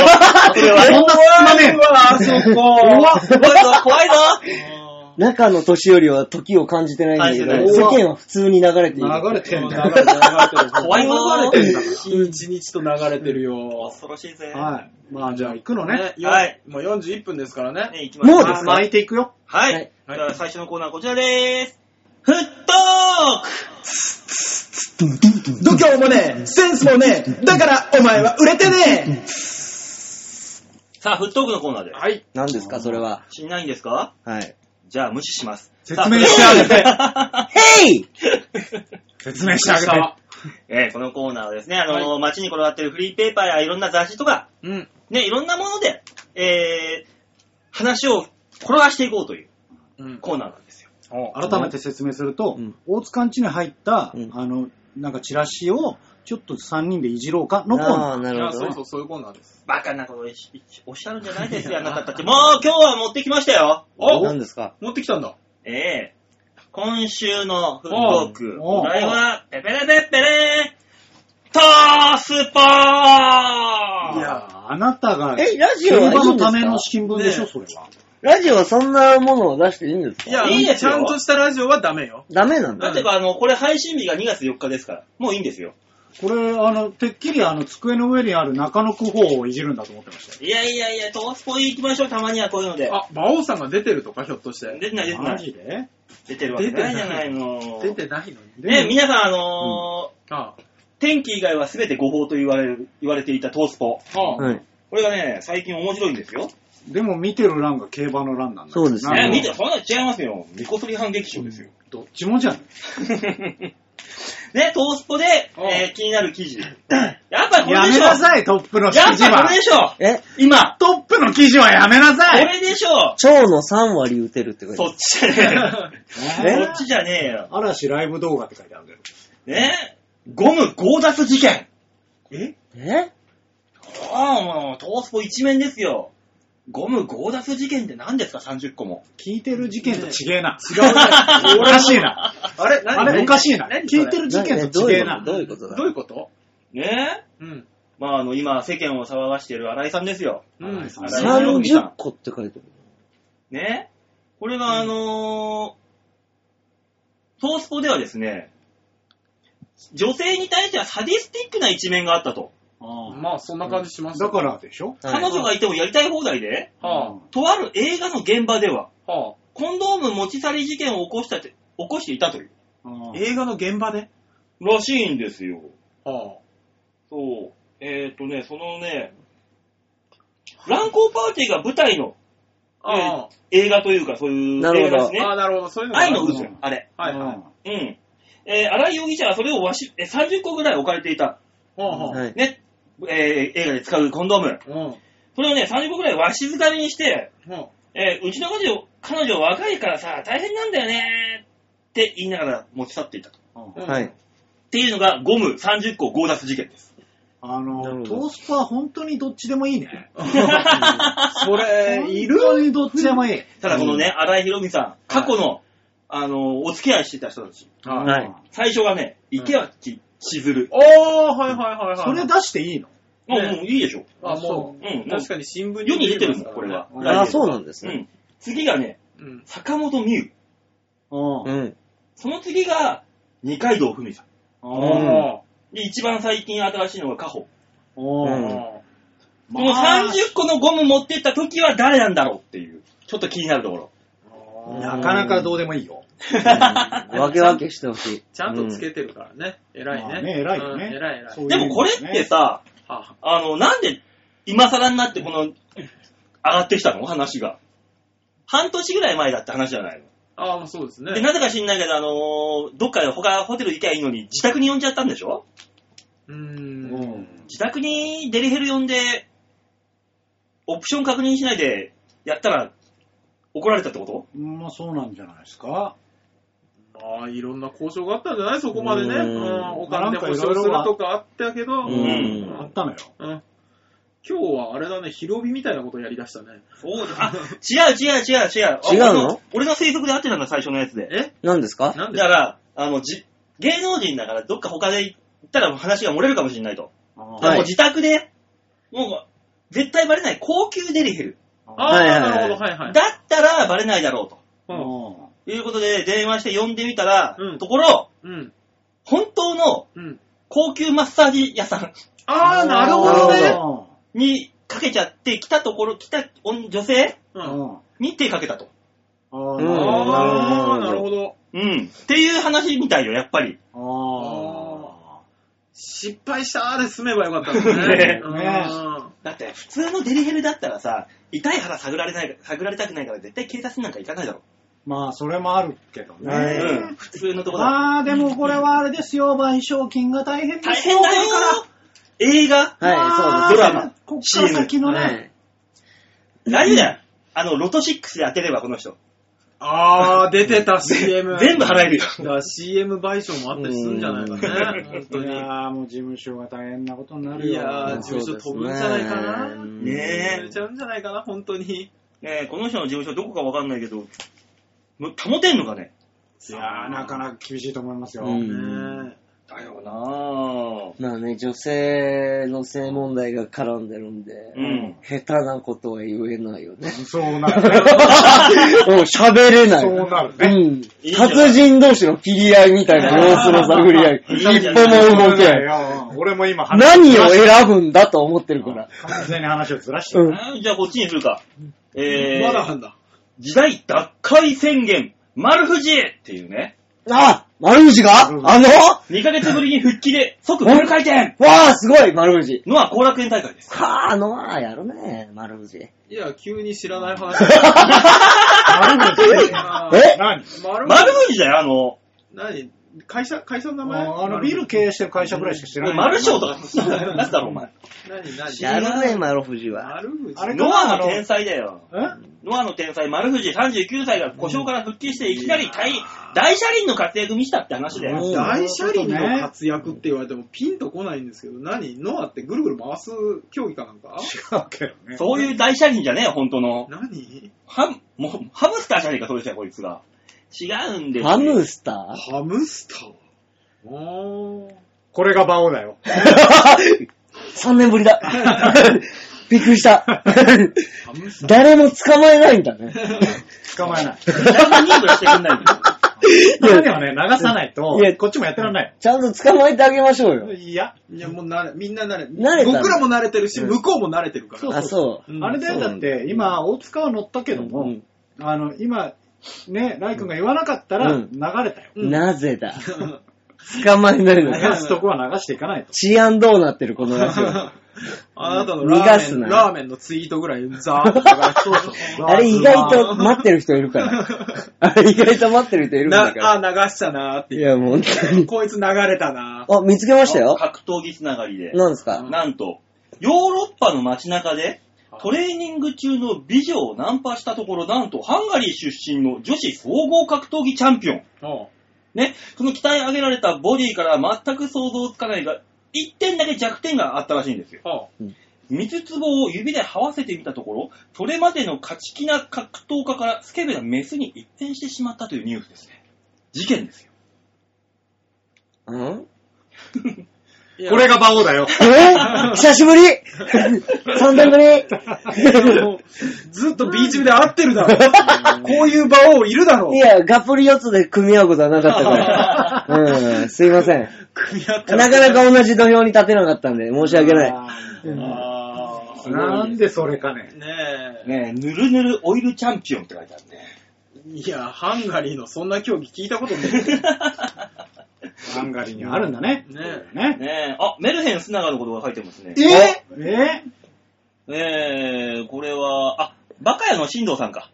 S2: それは
S1: そんな隙間ねえ
S3: うわあそこ。
S2: 怖いぞ、怖いぞ。
S4: 中の年よりは時を感じてないんだ
S2: 感
S4: け
S1: じ
S4: ど、
S1: て
S4: 世
S1: ない
S4: 間は普通に流れている。
S1: 流れて
S3: 流
S1: ん
S3: れて
S1: だ
S3: る、流れてる。
S2: 怖いぞ
S3: 流れてる。日にちと流れてるよ。
S2: 恐ろしいぜ。ね、
S1: はい。まあ、じゃあ行くのね。
S2: はい。
S3: もう41分ですからね。
S2: 行きましょ
S4: も
S2: う
S4: うですか
S1: 巻いていくよ。
S2: はい。
S4: はい
S2: じゃあ最初のコーナーこちらでーす。フットーク
S3: 度胸もねえ、センスもねえ、だからお前は売れてね
S2: さあ、フットークのコーナーで
S3: え。。はい。
S4: 何ですか、それは。
S2: 知んないんですか
S4: はい。
S2: じゃあ無視します。
S1: 説明してあげて
S2: さあ
S4: ヘイ
S1: 説明してあげて。
S2: [LAUGHS] えーこのコーナーはですね、あのー街に転がってるフリーペーパーやいろんな雑誌とか、
S3: うん。
S2: ね、いろんなもので、えー、話を転がしていこうという
S3: うん。
S2: コーナーなんですよ。
S1: 改めて説明すると、
S4: うん
S1: 大塚ん家に入った、
S4: うん
S1: あの、なんかチラシを、ちょっと3人でいじろうかのコー
S4: あ
S1: ナ
S4: あ、
S1: ー。
S4: ないる
S3: や、
S4: ほ
S3: そ
S4: ど
S3: う
S4: ね
S3: そう、。そういうコーナーです。
S2: バカなことをしおっしゃるんじゃないですよ、あなたたち。もう今日は持ってきましたよ。
S3: あ
S4: 何ですか
S3: 持ってきたんだ。
S2: ええ今週のフットーク、
S1: おうおう
S2: お題は、ペペレペペレートースポー
S3: いや
S1: あなたが、
S4: えラジオはい
S1: 競
S4: いんですか
S1: 馬のための新聞でしょ、
S3: ねえ
S1: それは。
S4: ラジオはそんなものを出していいんですか
S3: いや、
S2: いいです
S3: ち
S2: よ
S3: ゃんとしたラジオはダメよ。
S4: ダメなん
S2: だ
S4: だ
S2: っ。てば、あの、これ配信日が2月4日ですから、もういいんですよ。
S1: これ、あの、てっきりあの、机の上にある中野区法をいじるんだと思ってましたよ。
S2: いやいやいや、トースポ行きましょう、たまにはこういうので。
S3: あ、馬王さんが出てるとか、ひょっとして。
S2: 出てない、出てな
S1: マ
S2: い。
S1: ジで
S2: 出てるわけないじゃないの。
S3: 出てないのに。
S2: ね、皆さん、あのー
S3: あ
S2: 天気以外は全て誤報と言われる、言われていたトースポ。
S3: あ。ああ。
S4: はい。
S2: これがね、最近面白いんですよ。
S1: でも見てる欄が競馬の欄なんだ
S4: そうですね
S2: ね、
S1: なんか
S2: 見て、そんなの違いますよ。ミコソリ反撃賞ですよ。
S1: どっちもじゃん。
S2: [LAUGHS] ね、トースポで、
S3: うん
S2: えー気になる記
S1: [COUGHS]
S2: 事。やっぱこ
S1: や
S2: れで
S1: め
S2: しょ
S1: なさい、トップの記
S2: やっ
S1: 事
S2: ぱこれ
S1: は
S2: で。しょ
S4: え、
S2: 今、
S1: トップの記事はやめな
S2: こ
S1: さい。
S2: れでしょ
S4: 蝶の3割打てるって書いてあ
S2: そっち
S4: る
S2: じゃ
S1: [LAUGHS]
S2: ねえ
S1: ね
S2: よ。そっちじゃねえよ。
S1: 嵐ライブ動画って書いてあるけど。
S2: ねゴム強奪事件。
S3: え
S4: え
S2: ああ、もう、トースポ一面ですよ。ゴム強奪事件って何ですか、30個も。
S1: 聞いてる事件と違えな。
S3: 違うね。
S1: おかしいな。
S3: あれ何
S1: あれ、おかしいな。
S3: 何
S1: 聞いてる事件と違え
S4: な
S1: な。
S4: どういうことだ
S3: どういうこと
S2: ねえ。
S3: うん。
S2: まあ、あの、今、世間を騒がしている新井さんですよ。
S3: う
S1: 新
S3: ん。
S1: 井さ
S2: 新井の海さん
S4: 30個って書いて
S2: ねこれが、あのートースポではですね、女性に対してはサディスティックな一面があったと。
S3: まあ、そんな感じします。
S1: だからでしょ
S4: あ
S2: 彼
S4: る。
S2: 女がいてもやりたい放題で、
S3: らは
S2: とある映画の現場では、
S3: あ。は
S2: コンドーム持ち去り事件を起こしたて、起こしていたという。
S1: あ
S3: あ。映画の現場で
S2: らしいんですよ。
S3: は
S2: そう。えっ、とね、そのね、乱交パーティーが舞台の
S3: あ。ああ。
S2: 映画というか、そういう
S4: なる
S2: 映
S4: ほど
S2: 画ですね
S3: あ。あ、なるほど。そういうのがあ
S2: 愛
S3: る
S2: の
S3: の
S2: 渦、あれ。
S3: はいはい。
S2: うん。えー荒井容疑者はそれをわし、えー30個ぐらい置かれていた。
S3: は
S4: はい。
S2: ね。えー映画で使うコンドーム。
S3: あは
S2: それをね、30個ぐらいわしづかみにして、
S3: あ。は
S2: えーうちの彼女、彼女若いからさ、大変なんだよねーって言いながら持ち去っていたと。
S3: あ。
S4: はい。
S2: っていうのがゴム30個強奪事件です。
S1: あ
S4: なる
S1: の、
S4: ほ
S1: ト
S4: ど
S1: ースター本当にどっちでもいいね。
S3: それ、いる
S1: 本当にどっちでもいい。
S2: ただこのね、荒井博美さん、過去の、あの、お付き合いしてた人たち、
S4: はい
S2: 最初がね、池脇千鶴。
S3: おー、はいはいはいはい。
S1: それ出していいの
S2: もう、
S3: ね
S2: もういいでしょ。
S3: あ、も
S2: う
S3: う、
S2: ん
S3: 確かに新聞に
S2: 世に出てるもん、これは。
S1: うん
S4: あ
S2: 来
S4: あ、
S2: 月
S4: そうなんです
S2: う
S4: ね。
S2: ん。次がね、
S3: うん。
S2: 坂本美優。
S1: う。
S4: うんん。
S2: その次が、二階堂ふみさん。
S3: あ
S2: で、一番最近新しいのがカホ。
S1: お
S4: うん
S1: ー
S2: この30個のゴム持ってった時は誰なんだろうっていう。ちょっと気になるところ。
S3: あ。
S1: なかなかどうでもいいよ。
S4: わけわけしてほしい。
S3: ちゃんとつけてるからね。偉い
S1: ま
S3: ね
S1: あ。ね偉いよね
S3: うん偉い偉い。
S1: そう
S2: でもこれってさ、
S3: は
S2: あの、なんで今更になってこの、上がってきたの話が。半年ぐらい前だって話じゃないの。
S3: ああ、まあそうですね
S2: で、。なぜか知んないけど、あのーどっかで他ホテル行きゃいいのに、自宅に呼んじゃったんでしょ
S3: うー。
S1: うんん。
S2: 自宅にデリヘル呼んで、オプション確認しないでやったら怒られたってこと
S1: まあそうなんじゃないですか。
S3: まあ、いろんな交渉があったんじゃないそこまでね。う
S4: うん
S3: ん。お金で保証するとかあったけど、
S4: う
S2: うん
S1: あ
S4: ん。
S1: ったのよ。
S3: うん今日はあれだね、広尾みたいなことやりだしたね。
S2: そうだ。あ、違う違う違う違う。あ
S4: 違うの
S2: 俺俺の推測で合ってたんだ、最初のやつで。
S3: え
S4: 何ですか
S3: なんで
S2: だから、あの、じ、芸能人だからどっか他で行ったら話が漏れるかもしれないと。だから
S4: は
S2: もう
S4: い
S2: 自宅で、もう、絶対バレない高級デリヘル。
S3: ああ、
S4: はいはいはい
S3: なるほど、はいはい。
S2: だったらバレないだろうと。
S3: うん
S1: う
S2: いうことで、電話して呼んでみたら、
S3: うん
S2: ところ、
S3: うん。
S2: 本当の
S3: うん。
S2: 高級マッサージ屋さん
S3: ああ、
S1: ん
S3: なるほど
S4: なる
S3: ね。
S1: ほ
S2: にかけちゃって、来たところ、来た女女性
S3: う
S1: ど
S3: ん。
S1: うん
S2: に手かけたと。
S1: あ
S4: うん
S3: ああ、
S4: な
S3: な
S4: る
S3: る
S4: ほ
S3: ほど。
S2: うん。っていう話みたいよ、やっぱり。
S1: ああ
S3: 失敗したーで済めばよかったんだね
S2: ね。
S3: うん
S1: ね
S2: だって、普通のデリヘルだったらさ、痛い腹探られない、探られたくないから絶対警察なんか行かないだろ。
S1: まあそれもあるけど
S4: は
S1: ね
S4: い。
S2: うん。普通のところだ。
S1: まあでもこれはあれですよ、賠償金が大変で
S2: 大
S1: すよ。
S2: 変だよ映画、
S4: は
S1: ま
S4: い、
S1: あ
S4: そ
S2: ド
S4: うで
S2: ラマ
S1: こっから先
S4: す。
S1: の
S4: は
S1: ね、
S4: い。
S2: 大丈夫だよ。あの、ロト6で当てれば、この人。
S3: ああ、出てた CM。
S2: 全部払えるよ。
S3: だから CM 賠償もあったりするんじゃないかね。本当
S1: い
S3: に。
S1: やーもう事務所が大変なことになる
S3: い
S1: よ。
S3: やー、事務所飛ぶんじゃないかな。
S4: そ
S2: で
S4: う
S2: すね
S3: 飛れちゃうんじゃないかな、本当に。
S2: ねえ、この人の事務所どこかわかんないけど、も保てんのかね。
S1: いやーなかなか厳しいと思いますよ。
S4: う
S3: ね
S4: ん
S3: え
S2: だよなぁ。
S4: まあね、女性の性問題が絡んでるんで、
S2: うん
S4: 下手なことは言えない
S1: [LAUGHS]
S4: よね。
S1: そうなるね。
S4: うん喋れない。
S1: そうなるね
S4: うん
S2: いい。じゃん
S4: 達人同士の切り合いみたいな様子の探り合い。
S2: いいじ
S4: 一
S2: ゃん
S4: 歩も動
S1: い
S4: け
S1: やい
S4: ん。
S1: や俺も今話
S4: 何を選ぶんだと思ってるから。
S1: 完全に話をずらして
S4: う
S1: る。
S4: ん。
S2: じゃあ、こっちにするか。えー、
S3: まだあんだ。
S2: 時代脱回宣言、丸藤っていうね、
S4: あ丸藤が
S1: うん
S4: あの
S2: 2ヶ月ぶりに復帰で即フル回転
S4: わあ、すごい丸藤。
S2: のは後楽園大会です。
S4: はあ、あのあ、やるね、丸藤。
S3: いや、急に知らない話。え
S1: 丸藤
S4: え
S1: 何
S3: 丸
S2: 丸藤だよ、あの、
S3: 何会社、会社の名前
S1: ああのビル経営してる会社ぐらいしか知らない。
S2: 丸賞とか、なんつだろ、お前。
S3: 何何
S4: やるね、丸藤は。
S3: 丸藤
S1: あれ
S2: ノアの天才だよ。
S1: え
S2: ノアの天才、丸藤39歳が故障から復帰して、いきなり大大車輪の活躍見したって話だよ。
S4: うん
S3: 大車輪の活躍って言われてもピンとこないんですけど、何ノアってぐるぐる回す競技かなんか
S1: 違うけどね。
S2: そういう大車輪じゃねえよ、本当の。
S3: 何
S2: ハム、もう、ハムスターじゃねえか、それじゃ、こいつが。違うんですよ
S4: ハムスタ
S3: ハムスターおー。
S1: これがバオだよ。
S4: ー [LAUGHS] ?3 年ぶりだ。びっくりした。 [LAUGHS]
S3: ハムスター
S4: 誰も捕まえないんだね。
S1: 捕まえない。
S2: 誰もニーブラしてくん
S4: [LAUGHS]
S2: ないんだよ。
S1: [LAUGHS] 種をね、流さないと
S4: いや、
S1: こっちもやってらんない。
S4: ちゃんと捕まえてあげましょうよ。
S1: いや、
S3: いや、もう慣れ、みんな慣れ。
S4: 慣れた
S3: 僕らも慣れてるし、
S4: うん
S3: 向こうも慣れてるから。
S4: あ、そう。
S3: うん
S1: あれだよ、
S4: そう
S1: だって、今、大塚は乗ったけど
S4: う
S1: も
S4: ん、
S1: あの、今、ね、ライ君が言わなかったら、
S4: う
S1: 流
S4: ん
S1: れたよ。
S3: うん
S4: なぜだ捕まえないの
S1: 流 [LAUGHS]
S4: か。
S1: すとこは流していかないと。
S3: [LAUGHS]
S4: 治安どうなってるこのラジオ。
S3: あなたのラー
S4: 逃が
S3: メ
S4: す
S3: ン、
S4: な
S3: ラーメンのツイートぐらいザーッとかそうそう
S4: あれ意外と待ってる人いるから。あれ意外と待ってる人い [LAUGHS] るんだか
S3: な、
S4: ら。
S3: あ、流したなーって
S4: い
S3: いう
S4: や、もう本当
S3: [LAUGHS]
S4: に。
S3: こいつ流れたなー
S4: あ、見つけましたよ。
S2: 格闘技つながりで。
S4: 何ですか
S2: なんと、ヨーロッパの街中で、トレーニング中の美女をナンパしたところ、なんとハンガリー出身の女子総合格闘技チャンピオン。
S3: おう
S2: ね、その鍛え上げられたボディから全く想像つかないが、一点だけ弱点があったらしいんですよ。
S3: お
S2: 三つツボを指で這わせてみたところ、それまでの勝ち気な格闘家からスケベなメスに一変してしまったというニュースですね。事件ですよ。
S4: うん
S3: ういや
S1: これが馬王だよ。
S4: えー久しぶり !3 年ぶり
S3: もうずっと B チームで合ってるだろう。こういう場をいるだろう
S4: い。や、がっぷり四つで組み合うことはなかったから。うん、すいません。
S3: 組み合って
S4: なかなか同じ土俵に立てなかったんで、申し訳ない。
S3: あー
S1: なんでそれかね。
S3: ね
S2: ねえ、
S3: え。
S2: ぬるぬるオイルチャンピオンって書いてあるね。
S3: いや、ハンガリーのそんな競技聞いたことない。
S1: ハンガリーにあるんだね。
S3: ね
S1: ね。
S2: ねえ、あ、メルヘン・スナガのことが書いてますね。
S1: ええ
S2: えー、これは、あ、バカヤの進藤さんか。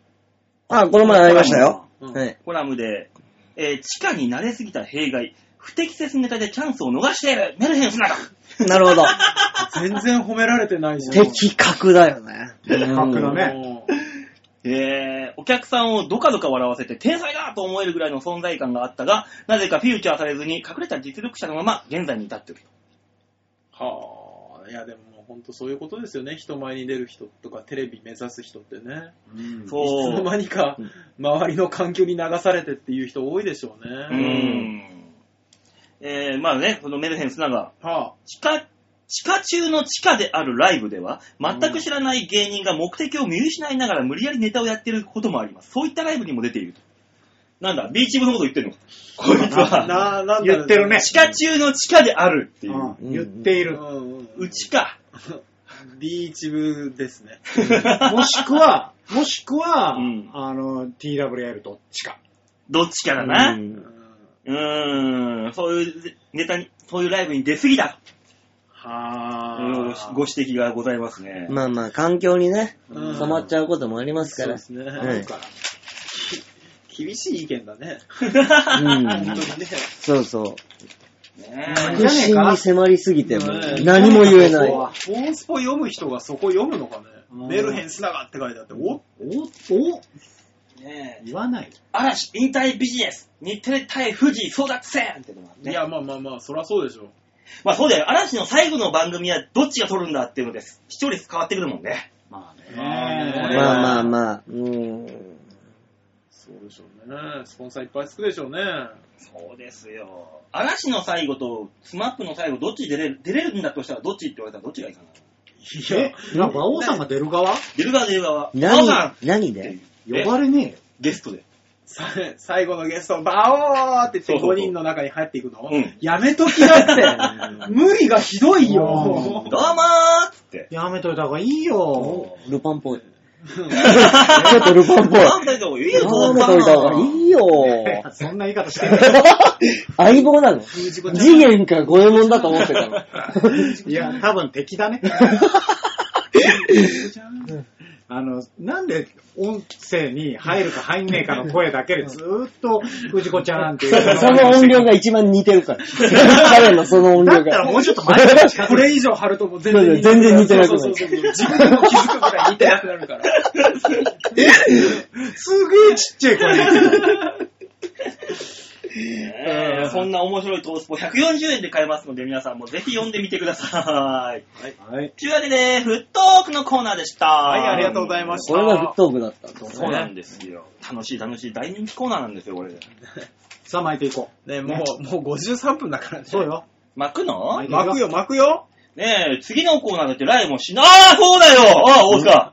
S4: あ、この前会いましたよ。
S3: うん
S4: はい。
S2: コラムで、えー地下に慣れすぎた弊害、不適切ネタでチャンスを逃している、メルヘン・スナガ。
S4: なるほど。
S3: 全然褒められてないじゃん。
S4: 的確だよね。
S1: 的確だね
S3: も
S2: えー、お客さんをドカドカ笑わせて天才だと思えるぐらいの存在感があったが、なぜかフィーチャーされずに隠れた実力者のまま現在に至っている。
S3: うはあ、いやでももう本当そういうことですよね。人前に出る人とかテレビ目指す人ってね。
S1: うん
S3: いつの
S2: そう。
S3: 間にか周りの環境に流されてっていう人多いでしょう
S2: う
S3: ね。
S2: ん。えー、まあね、このメルヘン・スナガ、
S3: は
S2: 地下、地下中の地下であるライブでは、全く知らない芸人が目的を見失いながら無理やりネタをやってることもあります。そういったライブにも出ていると。なんだ、ビーチ部のこと言ってるのか。こいつ
S3: あ、
S2: は、
S3: な、なんだろう
S1: 言ってるね
S2: 地下中の地下であるっていう。
S1: うん言っていうる。
S3: んうん
S2: うちか。
S3: ビーチ部ですね。
S1: もしく [LAUGHS] は、もしくは、
S2: うん
S1: あの、TWL どっちか。
S2: どっちかだな。
S4: うん
S2: うーん、そういうネタに、そういうライブに出すぎだという
S3: はあ。
S2: ご指摘がございますね。
S4: まあまあ、環境にね、
S3: うん
S4: 染まっちゃうこともあります
S3: そう
S4: から。
S3: ですね。
S4: はい
S1: だから
S3: 厳しい意見だね。
S4: うん
S3: 本当にね。
S4: そうそう。
S2: ね
S1: いいんじゃね
S4: 確
S1: え
S4: 信
S1: か
S4: に迫りすぎても
S3: ねえ
S4: 何も言えない。
S1: お
S3: オースポ読む人がそこ読むのかね
S1: うん。
S3: メルヘンスナガって書いてあって、お
S1: お、お、
S2: えねえ
S1: 言わない。
S2: 嵐引退ビジネス日テレ対富士争奪戦ってのがあって
S3: いや、まあまあまあ、そりゃそうでしょ。
S2: まあそうだよ。嵐の最後の番組はどっちが取るんだっていうのです。視聴率変わってくるもんね。
S1: まあね。
S3: まあね
S4: まあまあまあ、うん。
S3: そうでしょうね。スポンサーいっぱいつくでしょうね。
S2: そうですよ。嵐の最後とスマップの最後どっち出れる、出れるんだとしたらどっちって言われたらどっちがいいかな。
S3: いや
S1: え、、なんか馬王さんが出る側
S2: 出る側出る側。馬王さんっ
S4: 何、何
S2: てい
S4: で
S2: う
S1: 呼ばれねえよ。
S2: ゲストで。
S3: さ最後のゲスト、バオーって
S2: そ
S3: 言
S2: うそう
S3: って
S2: そう
S3: 5人の中に入っていくの
S2: うん
S3: やめときだ
S4: [LAUGHS]
S3: って。無理がひどいよ
S1: う
S2: ど
S1: ん。
S2: うもーっつって。
S1: やめといた方がいいよ。
S4: ルパンっぽい。ちょっとルパンっぽい。
S2: あんたがいいよ、
S4: やめといた方がいいよ。 [LAUGHS]
S1: そんな言い方してない。
S4: 相棒なの
S3: 封じ子ちゃん
S4: 次元か五右衛門だと思ってたの。
S1: [LAUGHS] いや、多分敵だね。 [LAUGHS] あの、なんで音声に入るか入んねえかの声だけでずーっと藤子ちゃんっていう
S4: そその音量が一番似てるから。彼のその音
S1: だ
S4: 量
S1: ったら
S4: が。
S1: もうちょっと前に [LAUGHS] 近づ
S3: こ
S1: いて。
S3: れ以上貼るともう全
S4: そう
S3: 然
S4: だよ全然似てなくなる
S3: そうそうそうそう自分でも気づくぐらい似てなくなる
S4: [LAUGHS]
S3: から。
S1: すげえちっちゃい声。
S2: えーそんな面白いトースポ140円で買えますので皆さんもぜひ読んでみてください。
S1: はい。
S2: というわけで、フットークのコーナーでした。
S3: は、
S2: はい
S3: ありがとうございました。
S4: これがフットオークだったと。
S2: そうなんですよ。楽しい楽しい大人気コーナーなんですよ、これ。
S1: さあ巻いていこ
S3: ね、もう、もう53分だからね。
S1: う。そう。よ。
S2: 巻くの
S1: い
S3: 巻くよ、巻くよ。
S2: ねえ、次のコーナーだってライブもしなあーそうだよああ、大塚。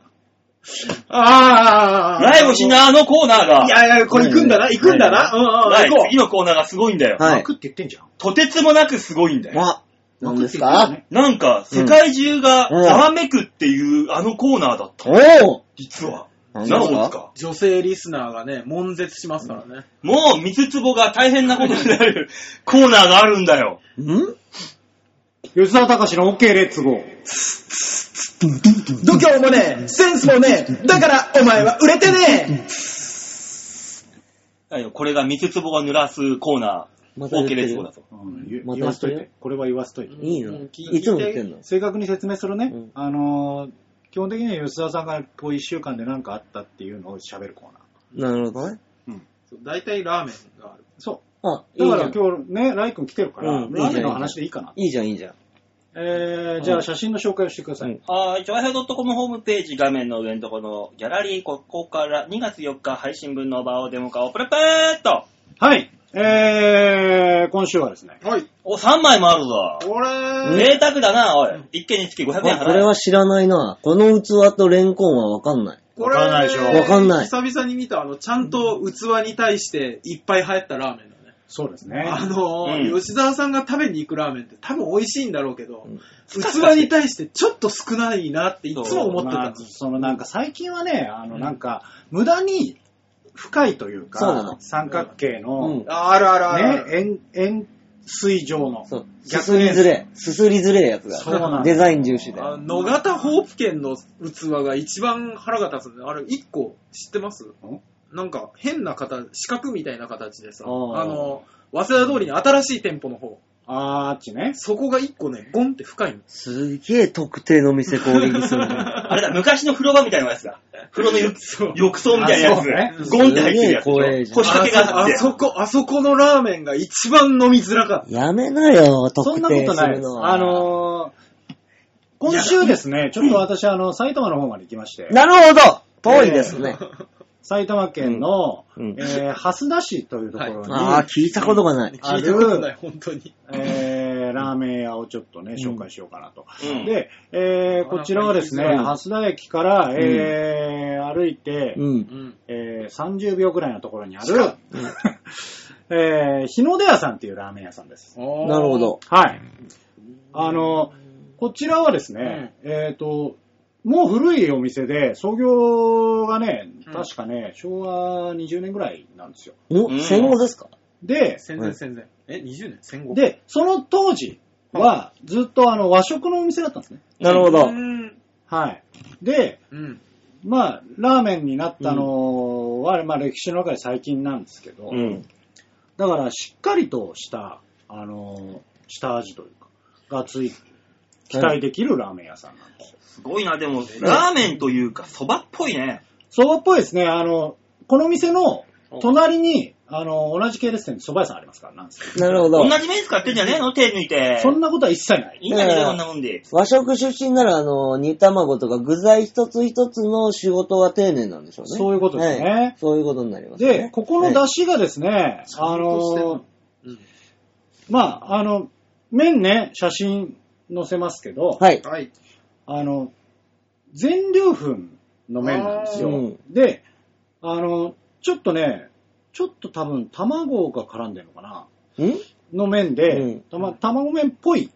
S3: あ
S2: ライブしなあのコーナーが
S3: い、やいや、これ行くんだな、
S4: はい
S3: 行くんだな。うん
S2: ライ
S3: うん
S2: ブ
S3: うん、行こ
S2: 次のコーナーがすごいんだよ。
S4: はい
S1: 巻くって言ってんじゃん。
S2: とてつもなくすごいんだよ。
S4: あ、何です
S1: 巻くっ
S4: か
S1: て
S2: なんか、世界中が
S4: うん
S2: ざわめくっていうあのコーナーだった。
S4: おお
S2: 実は。
S4: なん
S2: なあ、
S4: だろう
S2: 大
S4: か
S2: 塚。
S3: う。女性リスナーがね、悶絶しますからね。
S4: [LAUGHS]
S2: もう、三つ壺が大変なことになるコーナーがあるんだよ。
S4: ん
S1: 吉沢隆の OK レッツゴー。
S3: 度胸もねえ、センスもねえ、だからお前は売れてね
S2: あのこれが三つ壺が濡らすコーナー、
S4: また言っ
S2: OK
S4: てる
S2: ですだと。
S1: うん言
S4: また
S1: 言わしといて。これは言わしといて。
S4: いい
S3: うん
S4: の
S3: 聞
S4: いつも言ってんの
S1: 正確に説明するね。
S4: うん
S1: あのー基本的には吉沢さんがこう一週間で何かあったっていうのを喋るコーナー。
S4: なるほどね。
S3: え。大体ラーメンがある。
S1: そ
S4: あ、
S1: う。だか
S4: い
S1: ら
S4: いじゃん
S1: 今日ね、ライ君来てるから、
S4: うん
S1: ラーメンの話でいいかな。
S4: いいじゃん、いいじゃん。
S1: えー、じゃあ写真の紹介をしてください。
S4: うん
S2: はい、ちょいはドットコムホームページ画面の上のところのギャラリー、ここから2月4日配信分の場をデモ化をプレペーっと
S1: はい。えー、今週はですね、
S3: はい。
S2: お、3枚もあるぞ
S3: これ
S2: 贅沢だな、おい。1件につき500円払
S4: あ
S2: え。
S4: これは知らないな。この器とレンコンはわかんない。
S3: これ
S1: わかんないでしょ
S4: わかんない
S3: 久々に見た、あの、ちゃんと器に対していっぱい入ったラーメンだね。
S1: そうですね。
S3: あのー
S2: うん
S3: 吉沢さんが食べに行くラーメンって多分美味しいんだろうけど、
S4: うん
S3: 器に対してちょっと少ないなっていつも思って
S1: まあ。
S3: た
S1: そのなんか最近はね、あのなんか、無駄に深いという
S4: そうな
S1: か、
S4: の
S1: 三角形の、
S3: ああるあるあるあ
S1: ね
S3: る、
S1: 円、円錐状の。
S4: そう。す
S1: 逆
S4: す
S1: に
S4: りづれえ。すすりづれえやつ
S1: そうなんだ
S4: が。デザイン重視で。
S3: あ野方ホープ県の器が一番腹が立つんで、あれ1個知ってますなんか変な形、四角みたいな形でさ、
S1: あ
S3: あ
S1: ー
S3: の、早稲田通りに新しい店舗の方、
S1: あーっちね。
S3: そこが1個ね、ゴンって深いの。
S4: すげえ特定の店攻撃する
S2: [LAUGHS]
S4: ね。
S1: [LAUGHS]
S2: あれだ、昔の風呂場みたいなやつだ。風呂の浴
S3: そう
S2: 浴槽みたいなや
S1: あ
S2: つ。
S1: そうね
S2: [LAUGHS] ゴンって入ってるやつ。
S4: すげえ怖いじゃん
S2: 腰掛けがあ
S3: あ
S2: って。
S3: そこ、あそこのラーメンが一番飲みづらかった。
S4: やめなよ、
S1: そ
S4: 特
S1: んなこ
S4: 定
S1: と
S4: す
S1: ない
S4: る
S1: です
S4: の。は。
S1: あのー今週ですね、ちょっと私、あの、埼玉の方まで行きまして、
S4: なるほど遠いですね。
S1: 埼玉県の、
S4: うんうん
S1: えー、蓮田市というところに、
S4: ああ、聞いたことがない。
S3: 聞いたことない、本当に。
S1: えー、ラーメン屋をちょっとね、紹介しようかなと。
S2: うん
S1: で、えー、こちらはですね、
S4: うん
S1: 蓮田駅から、えー、歩いて、
S4: うん。
S1: えー、30秒ぐらいのところにある、 [LAUGHS] えー、日の出屋さんっていうラーメン屋さんです。
S4: なるほど。
S1: はい。あの、こちらはですね、えっ、と、もう古いお店で、創業がね、
S3: うん
S1: 確かね、昭和20年ぐらいなんですよ。
S2: う
S4: お、
S2: ん
S4: 戦後ですか
S1: で、
S3: 戦前戦前。え、20年戦後
S1: で、その当時は、ずっとあの、和食のお店だったんですね。
S4: なるほ
S3: う
S4: ど。
S3: ん。
S1: はい。で、
S3: うん。
S1: まあ、ラーメンになったのは、まあ、歴史の中で最近なんですけど、
S4: うん。
S1: だから、しっかりとした、あの、下味というか、がつい、期待できるラーメン屋さんなんです。
S2: すごいな、でも、ラーメンというか、蕎麦っぽいね。
S1: そばっぽいですね。あの、この店の隣に、あの、同じ系列店に蕎麦屋さんありますから、なんですけ
S4: なるほ
S2: 同
S4: ど。
S2: じ麺使ってんじゃねえの手抜いて。
S1: どそんなことは一切ない。
S2: いいんじゃねえ
S4: ね
S2: か
S4: え
S2: こんなもんで。
S4: 和食出身なら、あの、煮卵とか具材一つ一つの仕事は丁寧なんでしょうね。
S1: そういうことですね
S4: はいそういうことになりますね。
S1: で、ここの出汁がですね、あの、
S3: うん
S1: まあ、あの、麺ね、写真載せますけど、
S4: はい。
S3: はい。
S1: あの、全粒粉の麺なんですよ。
S4: あーうん
S1: で、あの、ちょっとね、ちょっと多分卵が絡んでるのかな
S4: はい。ん
S1: の麺で、
S4: うん
S1: たま、卵麺っぽい。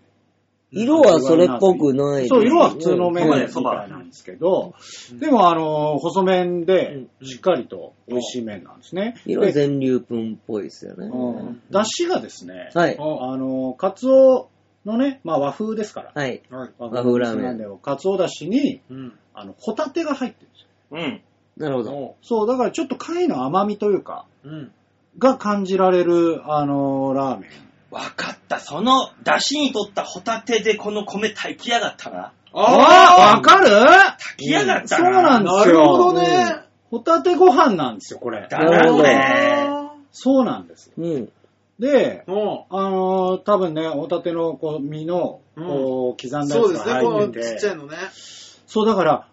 S4: 色はそれっぽくないです
S1: そ
S4: ね。
S1: う、色は普通の麺
S4: うん
S1: み
S2: う
S1: た
S2: ん
S1: いなんですけど、でもあの、細麺で、
S3: うん
S1: しっかりと美味しい麺なんですね。
S4: 色
S1: で、
S4: 全粒粉っぽいですよね。
S1: うんだしがですね、
S4: はい。
S1: あの、カツオのね、まあ和風ですから、
S4: はい。
S3: はい。
S4: 和風ラーメン
S1: なんで、カツオだしに、
S3: うん。
S1: あの、ホタテが入ってるんですよ。
S2: うん。
S4: なるほど。
S1: そう、だからちょっと貝の甘みというか、
S3: うん。
S1: が感じられる、あのラーメン。
S2: わかった。その、出汁に取ったホタテでこの米炊きやがったな。
S3: あー
S1: る
S2: 炊きやがっ
S1: そ
S2: た
S1: う
S2: な。
S1: なんですよ。
S3: なるほどね
S1: ホタテご飯なんですよ、これ。
S2: だろうね。
S3: あ
S1: そうなんです。
S4: うん。
S1: で
S3: ー、も
S1: あのー多分ね、ホタテのこう身の、こう、刻
S3: うん
S1: だ
S3: そう
S1: や
S3: で
S1: つ
S3: す
S1: が
S3: ね、こ
S1: 入っ
S3: の
S1: て
S3: ち
S1: て、
S3: っちゃいのね。
S1: そう、だから、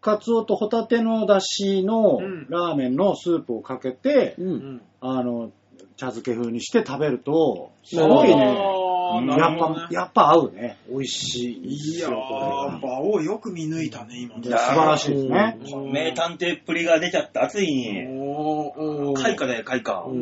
S1: カツオとホタテの出汁の
S3: うん
S1: ラーメンのスープをかけて、
S4: う。
S3: うんん。
S1: あの、茶漬け風にして食べると、す
S4: なる
S1: ご
S4: ほど
S1: いね。
S3: あー
S2: うん
S1: や
S3: な
S1: っ
S3: るほど
S1: ぱ
S3: ね、
S1: やっぱ合うね。美味しいんで
S3: い
S1: す
S3: や
S1: よ。
S3: ー、
S1: これ
S3: 馬王よく見抜いたね、今
S1: いや素晴らしいですね。
S3: うん
S2: 名探偵っぷりが出ちゃった、ついに。
S3: おーおー
S2: 開花だよ、開花。
S4: うん
S3: う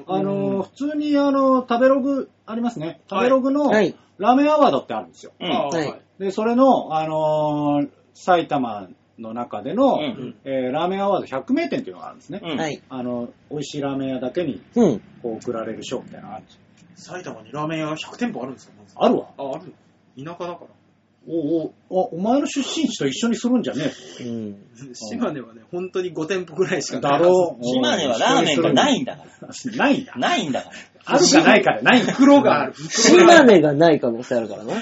S3: ん
S1: あのー、普通にあの、食べログありますね。食べログの
S4: はい。
S1: ラーメンアワードってあるんですよ。
S2: う
S3: うん
S2: ん。
S3: あー
S4: はい
S3: はい
S1: で、それの、あのー埼玉の中での、
S2: うん
S1: えーラーメンアワード100名店っていうのがあるんですね。
S2: うん。
S4: はい。
S1: あの、美味しいラーメン屋だけに、
S4: うん。
S1: こう、送られる賞みたいなのがあるんですよ。
S3: 埼玉にラーメン屋100店舗あるんですかまず
S1: あるわ。
S3: あ、ある田舎だから。
S5: おうおうあ、お前の出身地と一緒にするんじゃね
S4: うん。
S3: 島根はね、本当に5店舗ぐらいし
S5: え。
S3: か
S5: だ
S3: ない。
S5: ろう。
S2: 島根はラーメンがないんだか
S5: ないんだ
S2: ら。。ないんだから。
S5: あるかないかでないんだ。
S3: 袋がある。
S4: 島根がない可能性あるからね。
S3: [LAUGHS]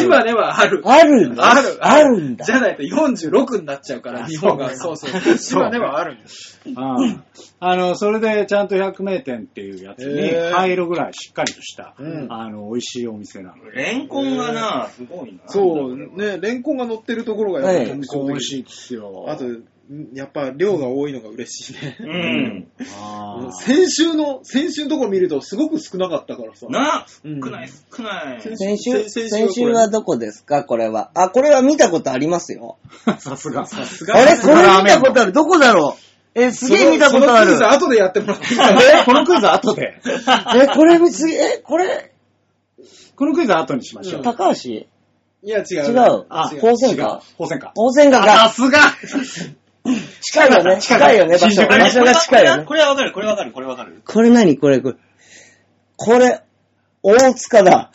S3: 島根はある。
S4: あるんだ。
S3: ある。
S4: あるんだ
S3: じ。ゃないと46になっちゃうから、
S5: あ
S3: 日本が。
S5: そ
S3: そうう
S5: か
S3: そう。島根はあるんです。
S1: うんあの、それでちゃんと百名店っていうやつに
S5: へー
S1: 入るぐらいしっかりとした、
S5: うん
S1: あの、美味しいお店なの。
S2: レンコンがな、すごいな。
S3: そう、ね、レンコンが乗ってるところがやっぱ
S4: は
S3: 特
S4: い
S1: 美
S3: 徴
S1: 味
S3: 的。
S1: しいですよ。
S3: あと、やっぱ量が多いのが嬉しいね
S2: う。ん。
S1: あー
S3: 先週の、先週のところ見るとすごく少なかったからさ。
S2: な、
S3: うん
S2: 少ない少ない。
S4: 先週、
S3: 先
S4: 先週はどこですかこれは。あ、これは見たことありますよ。
S1: さすが。
S3: さす
S4: あ
S3: がに
S4: れこれ見たことある。どこだろうえ、すげえ見たことある
S3: その。そのクイズ後でやってもらっていいかな
S1: えこのクイズは後で。
S4: え、これすげえ、これ、
S1: このクイズは後にしましょう。
S4: 高橋違
S3: いや、違う。
S4: う。
S1: あ
S3: 違う
S4: 宝仙
S1: 違う
S4: か。
S1: 宝仙か。
S4: 宝仙が
S1: さ
S4: が
S1: すが
S4: 近いよ
S1: 近い
S4: ね。近いよね、場
S1: 新
S4: 所。
S1: 宿
S4: 場所が近いよね。
S2: これはわかる、これはわかる、これはわかる。
S4: これ何これ、これ。これ、大塚 [LAUGHS] だ。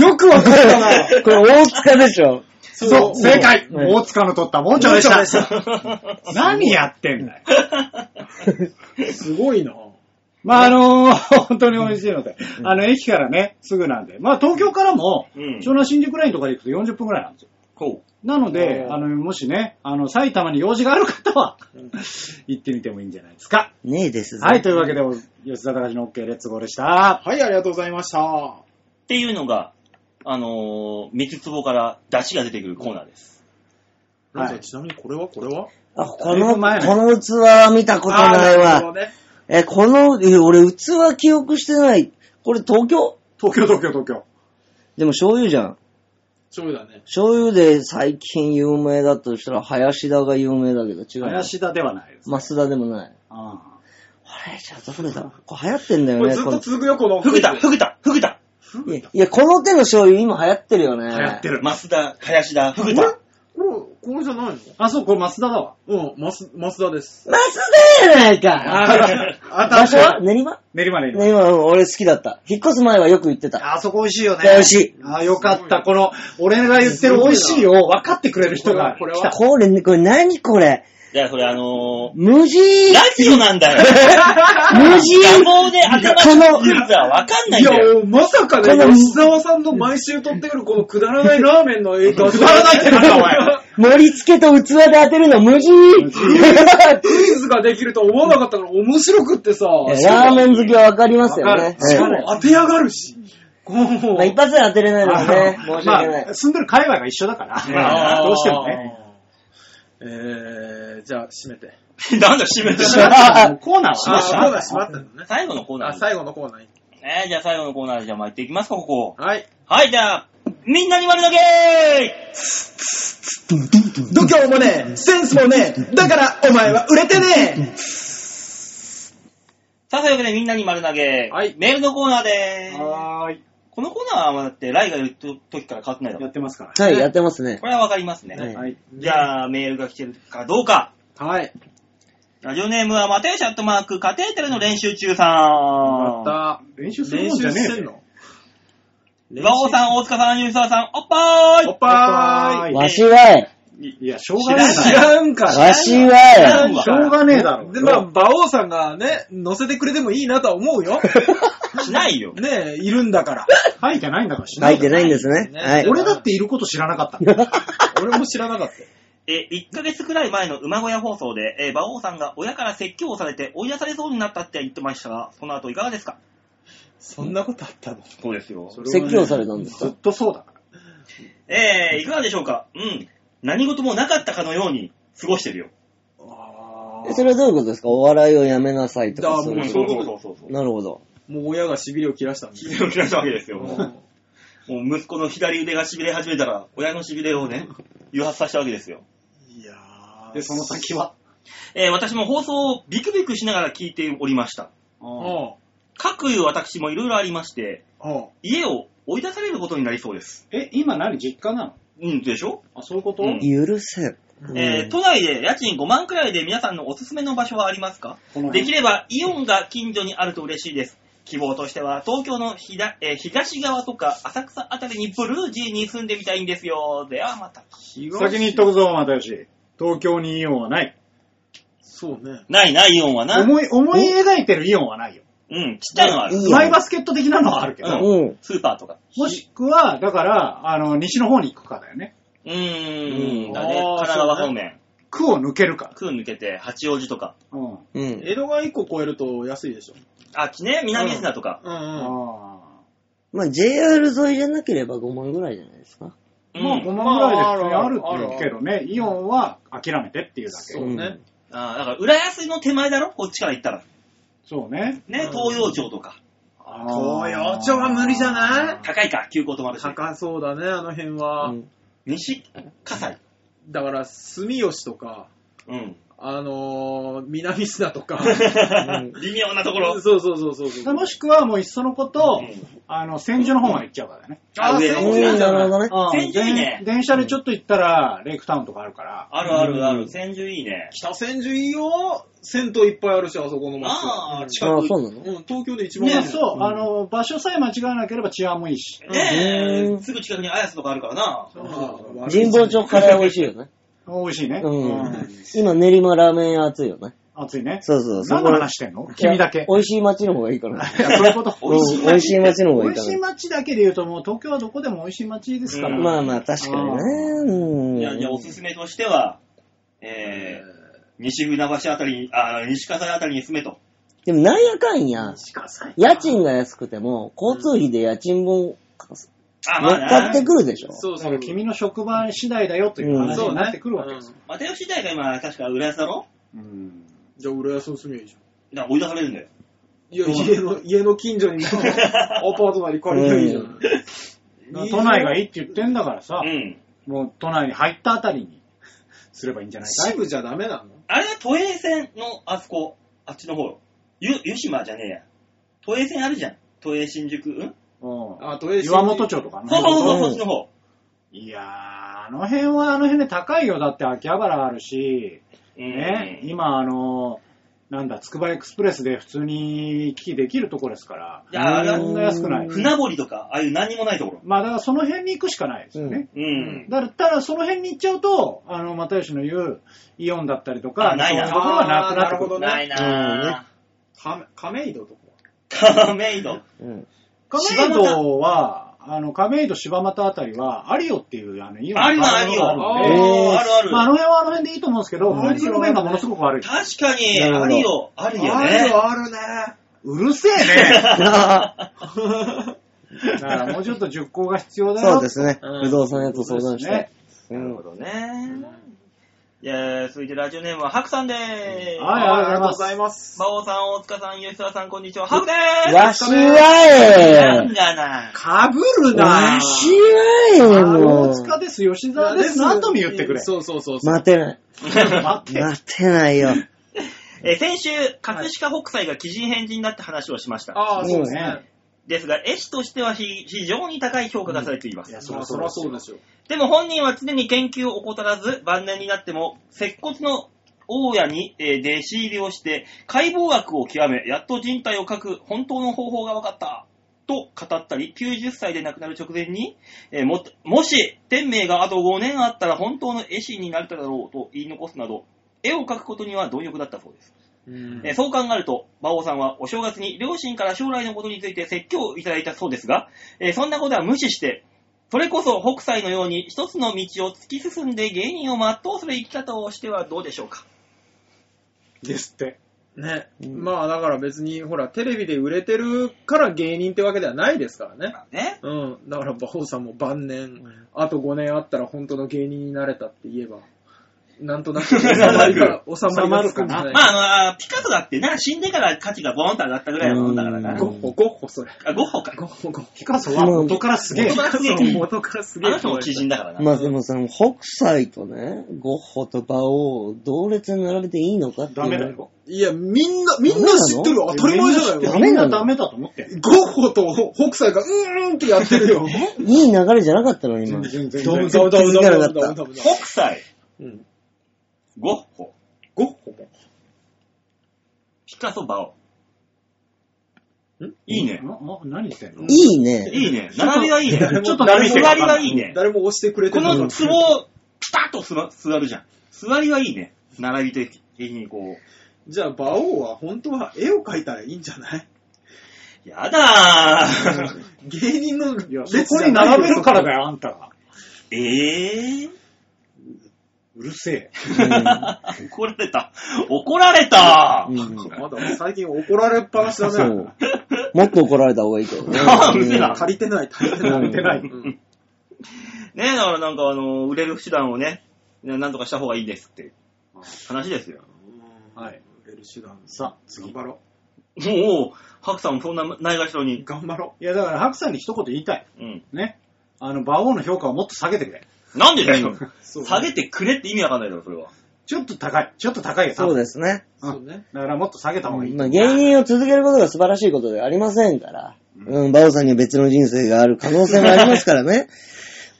S3: よくわかったな。
S4: これ大塚でしょ。
S1: そう、正解
S4: うん
S1: 大塚の取ったもんちょで
S3: もんち
S1: した。何やってんだよ。
S3: すごいな。
S1: まあ、あのー本当に美味しいので、あの、駅からね、すぐなんで。まあ、東京からも、
S2: うん
S1: 湘南新宿ラインとかで行くと40分くらいなんですよ。
S2: [LAUGHS] こ
S1: なので、
S3: おー
S1: あの、もしね、あの、埼玉に用事がある方は、行ってみてもいいんじゃないですか。
S4: ねえですぞ
S1: はい、というわけで、吉田隆の OK レッツゴーでした。
S3: はい、ありがとうございました。
S2: う。っていうのが、あのー、三つ壺から出汁が出てくるコーナーです。
S1: はい
S3: なんかちなみにこれはこれは
S4: あ、こ
S1: だい
S4: の、
S1: ぶ
S4: こ
S1: 前だ
S4: の器は見たことないわ。
S3: ね。
S4: え、この、え俺器記憶してない。これ東京
S1: 東京、東京、東京。
S4: でも醤油じゃん。
S3: 醤油だね。
S4: 醤油で最近有名だとしたら、林田が有名だけど、違う。
S1: 林田ではないです。
S4: 増田でもない。
S1: あ
S4: あれ、じゃあどれだこれ流行ってんだよ
S3: これ
S4: ね。
S3: ずっ
S4: ことの
S3: 続くよ、この。
S2: ふぐた、ふぐた、ふぐた。
S4: いやいや、この手の醤油今流行ってるよね。
S1: あ、流行ってる。
S2: 増田、林田、ふ
S3: こ
S2: ぐ
S3: れ
S2: た。
S3: これ、これじゃない
S1: あ、そう、これ増田だわ。
S3: のうん、マス、マスダです。
S4: マスだやない
S1: [LAUGHS]
S4: か
S3: あ
S4: 場所は練馬
S1: 練馬練馬。
S4: 練馬、うん俺好きだった。引っ越す前はよく行ってた。
S1: あそこ美味しいよね。
S4: 美味しい。
S1: あよかった。この、俺が言ってる美味しいを分かってくれる人が
S3: これ
S1: 来た。
S3: は
S4: これ、これ何これ
S2: じゃあ、それあの
S4: 無人
S2: ー、ラジオなんだよ。
S4: 無
S2: 野
S4: 人
S2: 望で頭のクイズはわかんない
S3: い
S2: ん
S3: や
S2: だよ。、
S3: まさか
S4: この
S3: ね、吉沢さんの毎週取ってくるこのくだらないラーメンの映画。くだらないって
S1: なんだお
S4: 盛り付けと器で当てるの無人
S3: [LAUGHS] クイズができると思わなかったから面白くってさ。し
S4: [LAUGHS] ラ
S3: か
S4: ー
S3: も
S4: メン好きはわかりますよね。
S3: しか
S4: うん
S3: も当てやがるし。こう。
S4: まあ一発で当てれないのもね、
S1: あの
S4: 申し訳ない
S1: まあ、。住んでる界隈が一緒だから、
S2: あー
S1: どうしてもね。。
S3: えー、じゃあ、締めて。
S2: [LAUGHS] なんだ、締めて
S1: し [LAUGHS] まったもうコーナーはしまし
S3: あ、もうが
S1: た。
S3: 閉まったのね。
S2: 最後のコーナ
S3: あ、
S2: ー。
S3: 最後のコーナーに。
S2: えー、じゃあ最後のコーナーでじゃあ参っていきますか、ここ。
S3: はい。
S2: はい、じゃあ、みんなに丸投げー
S3: 度胸もねえ、センスもねえ、だからお前は売れてね
S2: さあ、というわけでみんなに丸投げ。
S3: はい
S2: メールのコーナーでーす。
S1: はーい。
S2: このコーナーはだって、ライが言った時から変わってないだ
S1: や
S2: ろ。
S1: ってますか
S4: はい、やってますね。
S2: これはわかりますね。
S4: はい
S1: ら。はい。
S2: じゃあ、メールが来てるかどうか。
S3: えはい。
S2: ラジオネームは、マテウシャットマーク、カテーテルの練習中さん。
S3: ま
S1: 練習
S3: た、
S1: する
S3: 練
S1: もんじ
S3: 習
S1: ゃね
S3: して
S1: え
S3: ん
S1: よ。
S3: の
S2: 馬王さん、大塚さん、ユーサーさん、おっぱーい
S3: おっぱーい。
S4: わしは、
S1: いや、しょうがね
S2: 知
S1: え
S3: 知
S1: だろ。
S3: らんから。
S4: わし
S2: 知
S4: は、
S2: らんわ
S1: しょうがねえだろ。
S3: で、まあ、馬王さんがね、乗せてくれてもいいなとは思 [LAUGHS] うよ。
S2: しないよ。
S3: ねえ、いるんだから。
S1: 書いてないんだからしな
S4: 書
S1: い
S4: いてないんですね。
S3: ね
S4: はい。
S1: 俺だっていること知らなかったんだよ。
S3: 俺も知らなかったよ。
S2: え、1ヶ月くらい前の馬小屋放送で、えー、馬王さんが親から説教をされて追い出されそうになったって言ってましたが、その後いかがですか
S3: そんなことあったの
S2: そうですよ
S4: 説教されたんです
S1: ずっ
S4: か
S1: とそうだから。
S2: えー、いかがでしょうかうん。何事もなかったかのように過ごしてるよ。
S3: あ
S4: えそれはどういうことですかお笑いをやめなさいとか
S3: だ
S4: そ
S3: もう
S4: ういう
S3: そう
S4: こ
S3: いうこと
S2: そうそ
S4: と。なるほど。
S3: あ。もう親が痺れを切らしたんで
S2: う。切らしたわけですよ。も
S3: も
S2: う息子の左腕が痺れ始めたら、親の痺れを [LAUGHS] ね、誘発させたわけですよ。
S3: う [LAUGHS] いやー。
S1: で、その先は。
S2: えー私も放送をビクビクしながら聞いておりました。
S1: うん
S3: あ
S2: かくいう私もいろいろありまして、
S3: あ。ああ。
S2: 家を追い出されることになりそうです。
S1: え、今何実家なの
S2: うん、でしょ
S1: あ、そういうこと
S2: うん
S4: 許せん。
S2: えー都内で家賃5万くらいで皆さんのおすすめの場所はありますか
S1: この辺
S2: できればイオンが近所にあると嬉しいです。希望としては、東京のひだ、えー東側とか浅草あたりにブルージーに住んでみたいんですよ。ではまた。
S1: 先に言っとくぞ、又吉。東京にイオンはない。
S3: そうね。
S2: ないな、イオンはな。
S1: 思い、思い描いてるイオンはないよ。
S2: うん、ちっちゃいのはある。
S4: イオン
S1: マイバスケット的なのはあるけ
S2: う
S1: ど。
S2: ん
S4: うん。
S2: スーパーとか。
S1: もしくは、だから、あの、西の方に行くかだよね。
S2: うー、
S1: うんん
S2: だね。神
S3: あー
S2: 奈川方面。
S1: 区を抜けるか。
S2: 空抜けて、八王子とか。
S1: うん。
S4: うん。
S3: 江戸川1個超えると安いでしょ。
S2: あっちね、南リスナとか。
S3: うんうん。
S1: あ
S4: まあ、JR 沿いじゃなければ5万ぐらいじゃないですか。
S1: あ。
S2: うん
S1: まあ、5万ぐらいで普通に
S3: まあ
S1: あ
S3: ある
S1: るって言うけどね、イオンは諦めてっていうだけ
S3: そ。うね。
S2: あーだから、浦安の手前だろこっちから行ったら。
S1: そうね。
S2: ね
S3: う、ん
S2: 東洋町とか。
S1: あー
S3: 東洋町は無理じゃない
S2: 高いか、急行止まるし。
S3: 高そうだね、あの辺は。
S4: うん
S2: 西、葛
S3: だから、住吉とか、
S2: 西。うん。
S3: あのー、南砂と [LAUGHS] か。
S2: [LAUGHS] 微妙なところ。
S3: そうそうそうそうそう。
S1: もしくはもういっそのこと、
S2: うん
S1: あの、千住の方まで行っちゃうからね。
S2: あ、上の
S4: う
S2: 方
S4: ん、
S2: ね。
S4: なるほどね。
S1: あ
S2: 千住いいね
S1: 電電車でちょっと行ったら、レイクタウンとかあるから。
S2: あるあるあ
S4: う
S2: る。
S4: ん
S2: 千住いいね。
S3: 北千住いいよ。銭湯いっぱいあるし、あそこの町。
S2: ああ、近
S4: ああ、
S2: く
S4: そうなの
S3: うん、東京で一番
S1: ね、
S3: 安い。
S1: そう、
S4: うん
S1: あの、場所さえ間違わなければ治安もいいし。
S2: ね
S4: う
S2: え、
S4: ん
S2: すぐ近くに綾瀬とかあるからな。
S3: うん
S4: 神保町カレー美味しい
S2: [LAUGHS]
S4: よね。
S1: 美味しいね。
S4: うん。今、練馬ラーメン屋熱いよね。
S1: 暑いね。
S4: そうそう、そ
S1: 何
S4: こ
S1: の話してんの君だ
S4: いや
S1: け。
S4: 美味しい街の方がいいからね。
S1: いや、そういうこと。
S2: 美味しい
S4: [LAUGHS] うん美味しい街の方が
S1: 美
S4: いい
S1: 味
S4: か
S1: しい
S4: ら。
S1: 街だけで言うともう東京はどこでも美味しい街ですから。
S2: うん
S4: まあまあ、確かにね。うん。
S2: いや、いや、おすすめとしては、えー、西船橋あたりに、あー、西葛西あたりに住めと。
S4: でも、なんやかんや、
S3: 近さい。
S4: 家賃が安くても、交通費で家賃分
S2: あ、
S4: 乗
S2: まあ
S4: っか
S2: な
S4: って。くるでしょ。
S3: そう
S1: だ
S3: そ
S1: か
S3: う
S1: ら。君の職場次第だよという話
S3: そう
S1: になってくるわけ
S3: ね
S1: ですよ。
S2: 又吉大が今、確か浦安だろ
S1: うん
S3: じゃあ、浦安に住みゃいいじゃん。
S2: だから追い出されるんだよ。
S3: いや、家の、家の近所
S1: [LAUGHS]
S3: に、アパートなり借りたらいいじゃん。
S1: 都内がいい
S3: い
S1: って言ってんだからさ
S2: う、ん。
S1: もう都内に入ったあたりにすればいいんじゃないか
S3: 支
S1: い
S3: 部じゃダメなの
S2: あれは都営線のあそこ、あっちの方。ゆ、湯島じゃねえや。都営線あるじゃん。都営新宿、うん
S1: うん
S3: あ、とりあえず。
S1: 岩本町とかね
S2: そうそうそう、そっちの方。
S1: [LAUGHS] いやー、あの辺はあの辺で高いよ。だって秋葉原あるし、
S2: うん
S1: ね、今あの、なんだ、つくばエクスプレスで普通に行き来できるとこですから、
S2: いやあれは
S1: そんな安くない。
S2: 船堀とか、ああいう何もないところ。
S1: まあだからその辺に行くしかないですよね。
S4: うん
S2: うん。
S1: だから、ただその辺に行っちゃうと、あの、又吉の言う、イオンだったりと
S2: あ
S1: か、
S2: ないな
S1: そういうところはなくなってく
S3: あーなるほど
S1: る。
S3: ね
S2: ないな
S3: 亀亀戸とか。
S2: ぁ。亀戸。 [LAUGHS]
S4: うん。
S1: 亀戸は、あの、亀戸柴又あたりは、アリオっていう、あの、イオン
S2: あるよ、あるよ。
S1: があるんで
S2: あーある
S1: まあ、あ
S2: ある。
S1: の辺はあの辺でいいと思うんですけど、
S3: うん
S1: 交通の面がものすごく悪い。
S2: 確かに、
S4: なるほど
S2: あるよ、あるよ
S3: あ
S2: ね
S3: る。あるね。
S1: うるせえね。
S3: な
S1: [LAUGHS] だからもうちょっと熟考が必要だよ。
S4: そうですね。
S3: うん
S4: 不動産屋と相談して。う
S2: なんるほど [LAUGHS] ね。いやー続いてラジオネームはハクさんでーす。
S1: はいありがとうござい
S3: ます。
S2: 馬王さん、大塚さん、吉沢さん、こんにちは。ハクでー
S4: わし
S2: す。
S4: は
S2: なん
S4: え
S2: だな。
S3: かぶるな
S4: わ
S3: ぁ
S4: しはえ
S1: あ
S4: も
S1: 大
S4: う。
S1: 塚です、吉沢です。何度も言ってくれ。
S3: そうそうそうそう。
S4: 待てない。
S1: 待って。
S4: 待てないよ。
S2: えー先週、葛飾北斎が鬼人変人だって話をしました。
S3: ああ、そうですね。
S2: ですが、絵師としては非非常に高い評価がされています。
S1: うんいや
S3: まあそりゃそうでしょ。
S2: でも本人は常に研究を怠らず、晩年になっても、接骨の大家に、えー弟子入りをして、解剖学を極め、やっと人体を描く本当の方法が分かった。と語ったり、90歳で亡くなる直前に、えーも、もし、天命があと5年あったら本当の絵師になれただろうと言い残すなど、絵を描くことには貪欲だったそうです。
S3: うん
S2: えーそう考えると、馬王さんはお正月に両親から将来のことについて説教をいただいたそうですが、えーそんなことは無視して、それこそ北斎のように一つの道を突き進んで芸人を全うする生き方をしてはどうでしょうか。
S1: ですって。
S3: ね。
S4: うん
S3: まあだから別に、ほら、テレビで売れてるから芸人ってわけではないですからね。
S2: ね。
S3: うん。だから、馬王さんも晩年、あと5年あったら本当の芸人になれたって言えば、なんとなく収まりが、収まりがつくんじゃ
S1: 収まるか
S3: な
S1: ない
S2: まあ、あの、ピカソだってな、死んでから価値がボーンと上がったぐらいのもんだからな。
S3: ゴ
S4: う
S2: あ
S4: ん
S3: ッホ、ゴッホ、それ。
S2: ゴッホか。
S3: ゴッホ、ゴッホ。
S1: ピカソは元からすげえ。
S2: 元からすげえ
S3: そう元からすげ
S2: あ
S3: え。
S2: の人も知人だからな。
S4: まあでもさ、北斎とね、ゴッホと馬王を同列に並べていいのかっていう。
S1: ダメだよ。
S3: いや、みんな、みんな知ってるよ。当たり前じゃない
S4: ダ
S3: よ。
S4: メ
S1: みん
S4: な
S1: な
S4: の
S1: ダメだと思ってんの
S3: ゴッホと北斎が、うーんってやってるよ。
S4: いい流れじゃなかったの、今。
S1: 全然
S3: ダ
S1: ダ
S3: メ
S1: メ
S3: ダメダメダメダメダメダメダメ
S2: 北斎、
S3: うん
S2: ゴッホ、
S3: ゴッホも。
S2: ピカソ、バオ。いいね。
S6: なな何してんの
S4: いいね。
S2: いいね。 [LAUGHS] 並びはいいね。
S3: ちょっと
S2: 並び、座りはいいね。
S3: 誰も押してくれて
S2: こ
S3: ない
S2: のツボを、ピタッと座座るじゃん。座りはいいね。並び的にこう。
S3: じゃあ、馬王は本当は絵を描いたらいいんじゃない
S2: やだー。
S3: 芸人の列
S6: い
S3: じゃ
S6: や、
S3: ない
S6: そこに並べるからだよ、あんたが。
S2: えー。
S6: うるせえ。
S2: [LAUGHS] 怒られた。怒られた
S4: う。ん
S3: まだ最近怒られっぱなしだ
S4: そ
S3: ね。
S4: う。もっと怒られた方がいいけどね。
S2: あうるせえな
S3: 足りてない、足りてない。
S4: 足りて
S6: ない
S3: うん
S2: ねえ、だからなんかあの、売れる手段をね、ねなんとかした方がいいですって。話ですよ。
S6: はい。
S3: 売れる手段。
S6: さあ、
S3: 頑張ろ
S2: もう、白さんもそんなないがしろ
S3: う。
S2: に。
S3: 頑張ろ
S6: いや、だから、白さんに一言言いたい。
S2: うん。
S6: ね。あの、馬王の評価をもっと下げてくれ。
S2: なんでだ [LAUGHS] よ。
S3: う。そう
S2: 下げてくれって意味わかんないだろ、それは。
S6: ちょっと高い。ちょっと高いよ、多
S4: そう
S6: 分
S4: ですね。
S3: そうね。
S6: だからもっと下げた方がいい。
S4: まあ、芸人を続けることが素晴らしいことではありませんから。うん、バオさんには別の人生がある可能性もありますからね。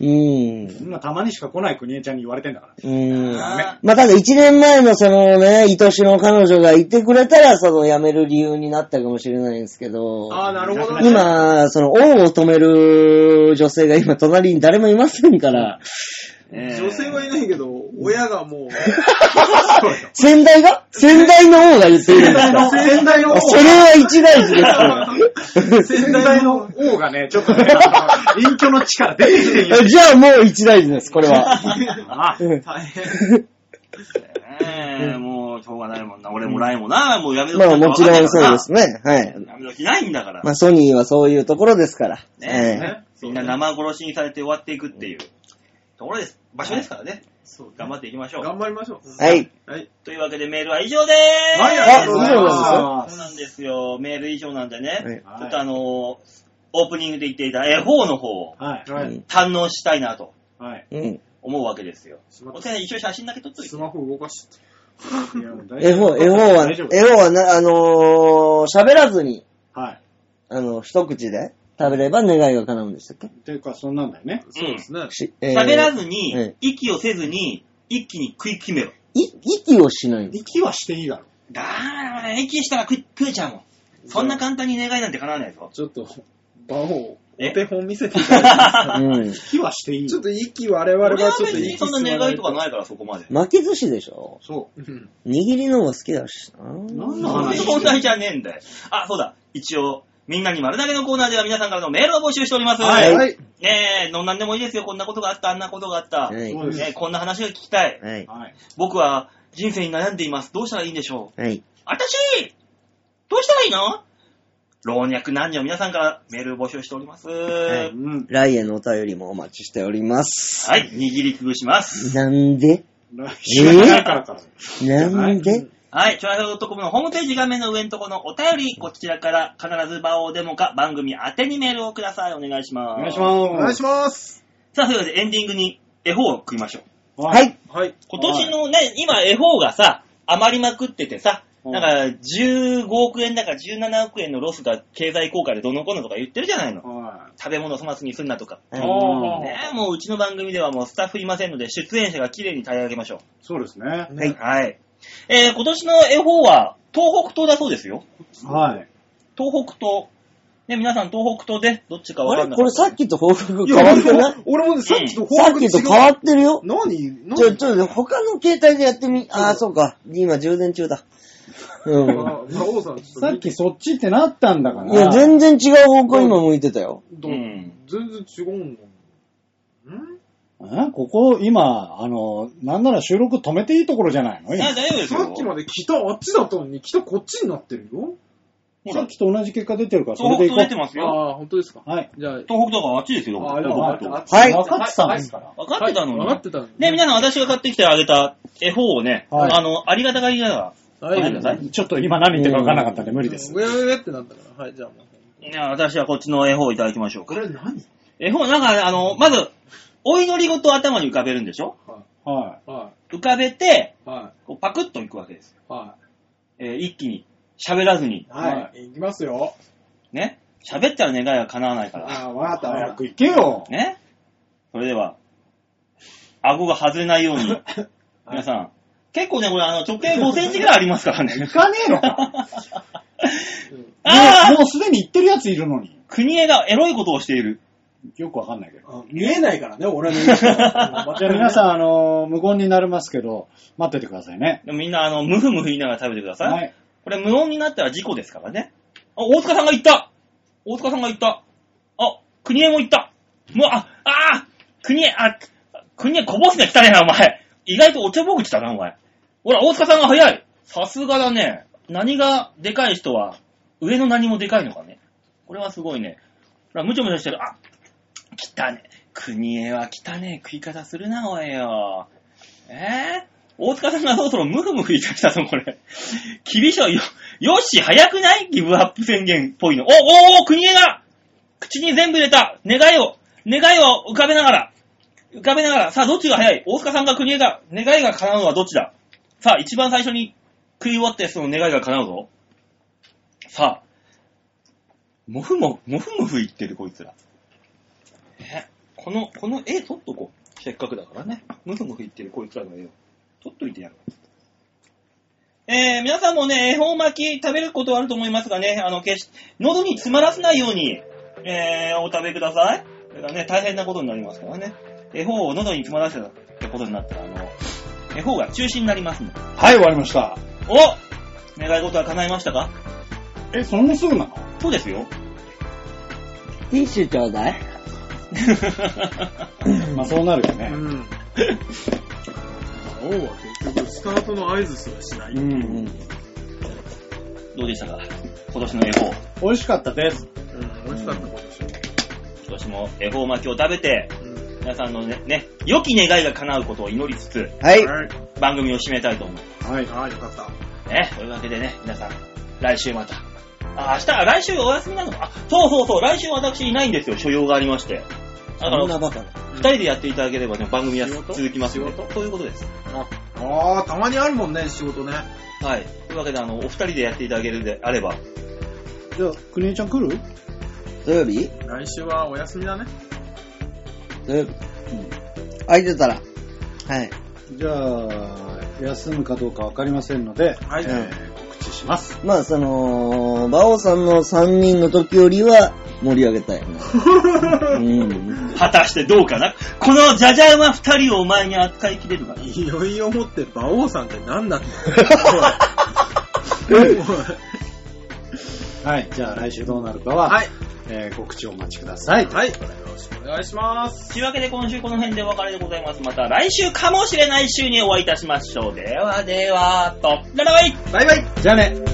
S4: うん。
S6: 今たまにしか来ない国枝ちゃんに言われてんだから。
S4: うん。
S2: あ
S4: まあ、ただ一年前のそのね、愛しの彼女がいてくれたら、その辞める理由になったかもしれないんですけど。
S3: ああ、なるほどね。
S4: 今、その、恩を止める女性が今、隣に誰もいませんから、
S2: ーねえ
S3: 女性はいないけど、親がもう、
S4: 先代が先代の王が言っているんですか
S6: 先代の王
S4: それは一大事で
S6: 先代の王がね、ちょっと
S4: [LAUGHS]
S6: ね、あの隠居の力出てきてるよ。
S4: す。じゃあもう一大事です、これは。
S6: あ
S3: 大変。
S2: ねえもう、しょうがないもんな。俺もライもな、もうやめと
S4: [LAUGHS] まあもちろんそうです
S2: ね。
S4: ね。はい。
S2: やめときないんだから。
S4: まあソニーはそういうところですから。ええ
S2: ねみんな生殺しにされて終わっていくっていうところです。場所ですからね。
S3: そうね
S2: 頑張っていきましょう。
S3: 頑張りましょう。
S4: はい。
S3: はい。
S2: というわけでメールは以上でーす。
S3: はいありがとうござい
S6: ま
S2: そう
S6: す
S2: なんですよ。メール以上なんでね。
S6: はい
S2: ちょっとあのー、オープニングで言っていた絵方の方を
S6: はい。
S4: は
S3: はいい。
S2: 堪能したいなと
S6: はい。
S4: うん。
S2: 思うわけですよ。
S3: しまっ
S2: お
S3: た
S2: 手紙一応写真だけ撮っといて
S3: ス。マホ動かし
S6: いや大丈夫
S4: 絵本、絵本は、
S6: 大
S4: 絵
S6: 丈夫
S4: 本はな、あのー喋らずに、
S6: はい。
S4: あの、一口で食べれば願いが叶うんでしたっけ
S6: っていうか、そんなんだよね。
S3: そうですね。
S4: し
S2: 喋ら
S4: ず
S2: ずに、
S4: ええ
S2: 息をせずに、一気に食い決めろ。
S4: い、息をしないんです。
S6: 息はしていいだろ。
S2: だーら、息したら食い食えちゃうもん。そんな簡単に願いなんて叶わないぞ。
S3: ちょっと、場を、
S2: え
S3: お手本見せていただ
S2: [LAUGHS]
S3: い
S4: うん。
S6: 息はしていい
S3: て。ちょっと息、我々は
S2: 俺
S3: ちょ
S2: は
S3: っと
S2: 別に
S3: 息
S2: そ
S3: 吸
S2: ん
S3: わ
S2: な
S3: な
S2: 願い
S3: い
S2: とかないから、そこまで。
S4: 巻き寿司でしょ
S6: そ
S3: うん
S4: 握りの方が好きだしな。
S6: 何の
S2: そう
S6: 話
S2: いう問題じゃねえんだよ。あ、そうだ。一応、みんなに丸投げのコーナーでは皆さんからのメールを募集しております。
S4: はい
S3: はい。
S2: ねえ、のんなんでもいいですよ。こんなことがあった、あんなことがあった。
S4: は
S2: ね
S4: い。
S6: そうです
S2: え、こんな話が聞きたい。
S4: はい。
S6: はい。
S2: 僕は人生に悩んでいます。どうしたらいいんでしょう。
S4: はい。
S2: あたしどうしたらいいの老若男女皆さんからメールを募集しております。は
S6: う
S2: い。
S6: ん。
S4: 来へのお便りもお待ちしております。
S2: 握りつぶします。
S4: なんで
S6: 来週はないからから。
S4: なんで
S2: はい。ちょいドットコムのホームページ画面の上のところのお便り、こちらから必ず場をデモか番組宛てにメールをください。お願いし
S6: お
S2: ます。
S6: 願いし
S3: お願
S6: ま
S3: い
S6: す。
S3: します。
S2: さあ、ということでエンディングに絵本を食いましょう。
S4: は。い。
S3: はい。
S2: 今年のね、今絵本がさ、余りまくっててさ、
S6: うん
S2: だから15億円だから17億円のロスが経済効果でどのこうのとか言ってるじゃないの。
S6: は
S2: 食べ物粗末にすんなとか。
S6: い。
S4: は
S6: あー
S2: ねえ、もううちの番組ではもうスタッフいませんので、出演者が綺麗に平らげましょ
S6: そうですね。
S2: う。はい。えー、今年の絵本は東北東だそうですよ。
S6: はい。
S2: 東北東。ね、皆さん東北東でどっちかわ
S4: あ
S2: か
S4: れ
S2: んない。
S4: これさっきと報告
S3: い
S4: 変わってない
S3: や、俺もね、さっきと
S4: さっきと変わ
S3: っ
S4: ってるよ。
S3: 何何
S4: ちょ、ちょ、他の携帯でやってみ、ああ、そうか。今充電中だ。うん。い
S3: あ馬王さん、ちょ
S6: さっきそっちってなったんだから。
S4: や、全然違う方向今向いてたよ。
S3: ど
S2: う。
S3: うん全然違うの。ん
S6: えここ、今、あの、なんなら収録止めていいところじゃないの
S2: いや、
S6: 今
S2: 大丈夫ですよ。
S3: さっきまで北あっちだったのに、北こっちになってるよ。
S2: ほ
S6: さ
S2: ら
S6: っきと同じ結果出てるから、そ
S2: 東
S6: れ
S2: 北
S6: でいこ
S2: 東出て
S6: う。
S2: ますよ。
S3: ああ、本当ですか。
S6: はい。
S3: じゃあ、
S2: 東北東があっちですよ。
S3: あ
S2: 東
S3: あ、で
S2: 北
S3: も
S2: 東
S3: 分かっ
S4: はい
S6: 分かってたんですから。
S2: 分かってたのに。
S3: 分かってたの
S2: ね、皆さん私が買ってきてあげた絵本をね、
S6: はい
S2: あの、ありがたがりなが
S3: はい。
S2: ごめんなさい
S6: ちょっと今何言ってるか分からなかったんで無理です
S3: ウ。ェウェウェってなったから。はい、じゃあもう。
S2: ら、いや私はこっちの絵本をいただきましょう
S3: こ
S2: か。
S3: れ何
S2: 絵本、なんか、あの、まず、お祈りごと頭に浮かべるんでしょ
S6: は
S3: は
S2: 浮かべて、
S3: い、は
S2: こうパクッといくわけです。
S3: い、は
S2: えー一気に。喋らずに
S3: い。。はい、いきますよ。
S2: ね。喋ったら願いは叶わないか
S3: あ
S2: ら。
S3: あ、
S6: い。
S3: わかった、
S6: 早
S3: 早く。
S6: く行けよ。
S2: ね。それでは、顎が外れな
S6: [LAUGHS]
S2: いように、皆さん、結構ね、これ、あの、直径5センチぐらいありますからね。
S6: 行かねえのか。
S2: [LAUGHS] あー
S6: もうすでに言ってるやついるのに。
S2: 国枝がエロいことをしている。
S6: よくわかんないけど。
S3: あ見えないからね、俺の言 [LAUGHS] うことは。
S6: じゃあ皆さん、あのー無言になりますけど、待っててくださいね。
S2: でもみんな、あの、ムフムフ言いながら食べてください。
S6: はい。
S2: これ無音になったら事故ですからね。あ、大塚さんが言った大塚さんが言ったあ、国江も言ったもう、あ、あー国江、あ、国江こぼすね、汚ねえな、お前。意外とおちょぼ口だな、お前。ほら、大塚さんが早いさすがだね。何がでかい人は、上の何もでかいのかね。これはすごいね。ほら、むちょむちょしてる。あ、汚ね。国江は汚ねえ食い方するな、おいよ。えー、大塚さんがそろそろムフムフ言い出したぞ、これ。厳しいよ。よし、早くないギブアップ宣言っぽいの。お、お、お、国枝が口に全部入れた願いを、願いを浮かべながら、浮かべながら、さあ、どっちが早い大塚さんが国枝が、願いが叶うのはどっちださあ、一番最初に食い終わったやつの願いが叶うぞ。さあ、もふも、もふもふ言ってる、こいつら。え、この、この絵撮っとこう。せっかくだからね。もふもふ言ってる、こいつらの絵を。撮っといてやる。えー、皆さんもね、恵方巻き食べることはあると思いますがね、あの、決し、喉に詰まらせないように、えー、お食べください。それがね、大変なことになりますからね。恵方を喉に詰まらせたってことになったら、あの、恵方が中止になりますので。
S6: はい、終わりました。
S2: お願い事は叶いましたか
S6: え、そんなすぐ [LAUGHS] なの
S2: そうですよ。 [LAUGHS]
S4: ティッシュちょうだい。
S6: まあそうなるよね。
S3: う。ん。王は結局、スタートの合図すらしないう
S6: ん。
S2: どうでしたか今年の恵方。
S6: 美味しかったです。
S3: うん、美味しかったことでしょ。
S2: 今年も恵方巻きを食べて、
S3: うん
S2: 皆さんのね、ね、良き願いが叶うことを祈りつつ、
S4: はい。
S3: はい。
S2: 番組を締めたいと思います。
S6: はい。
S3: ああ、よかった。
S2: ね、というわけでね、皆さん、来週また。あ、明日、あ来週お休みなのか。あ、そうそうそう、来週私いないんですよ、所用がありまして。だか
S4: そん
S2: ら、
S4: なバカな。
S2: 二人でやっていただければね、番組は
S3: 仕事
S2: 続きますよ
S3: 仕。事
S2: ということです。
S3: ああ、たまにあるもんね、仕事ね。
S2: はい。というわけで、あの、お二人でやっていただけるであれば、
S6: じゃあ、くにえちゃん来る
S4: 土曜日
S3: 来週はお休みだね。
S4: 土曜日。空いてたら。はい。
S6: じゃあ、休むかどうかわかりませんので、
S3: はい。
S4: うん
S6: 告知します。
S4: まあ、その、馬王さんの3人の時よりは盛り上げたい [LAUGHS] よね。うん。
S2: 果たしてどうかなこのじゃじゃ馬二人をお前に扱いきれるかな。
S3: いよいよもって、馬王さんって何 [LAUGHS] なんだよおいおい
S6: はい。じゃあ来週どうなるかは、
S3: はい。
S6: えー告知をお待ちください。
S3: はい。よろしくお願いします。
S2: というわけで、今週この辺でお別れでございます。また来週かもしれない週にお会いいたしましょう。ではでは、と、ララバイ
S3: バイバイ
S6: じゃあね。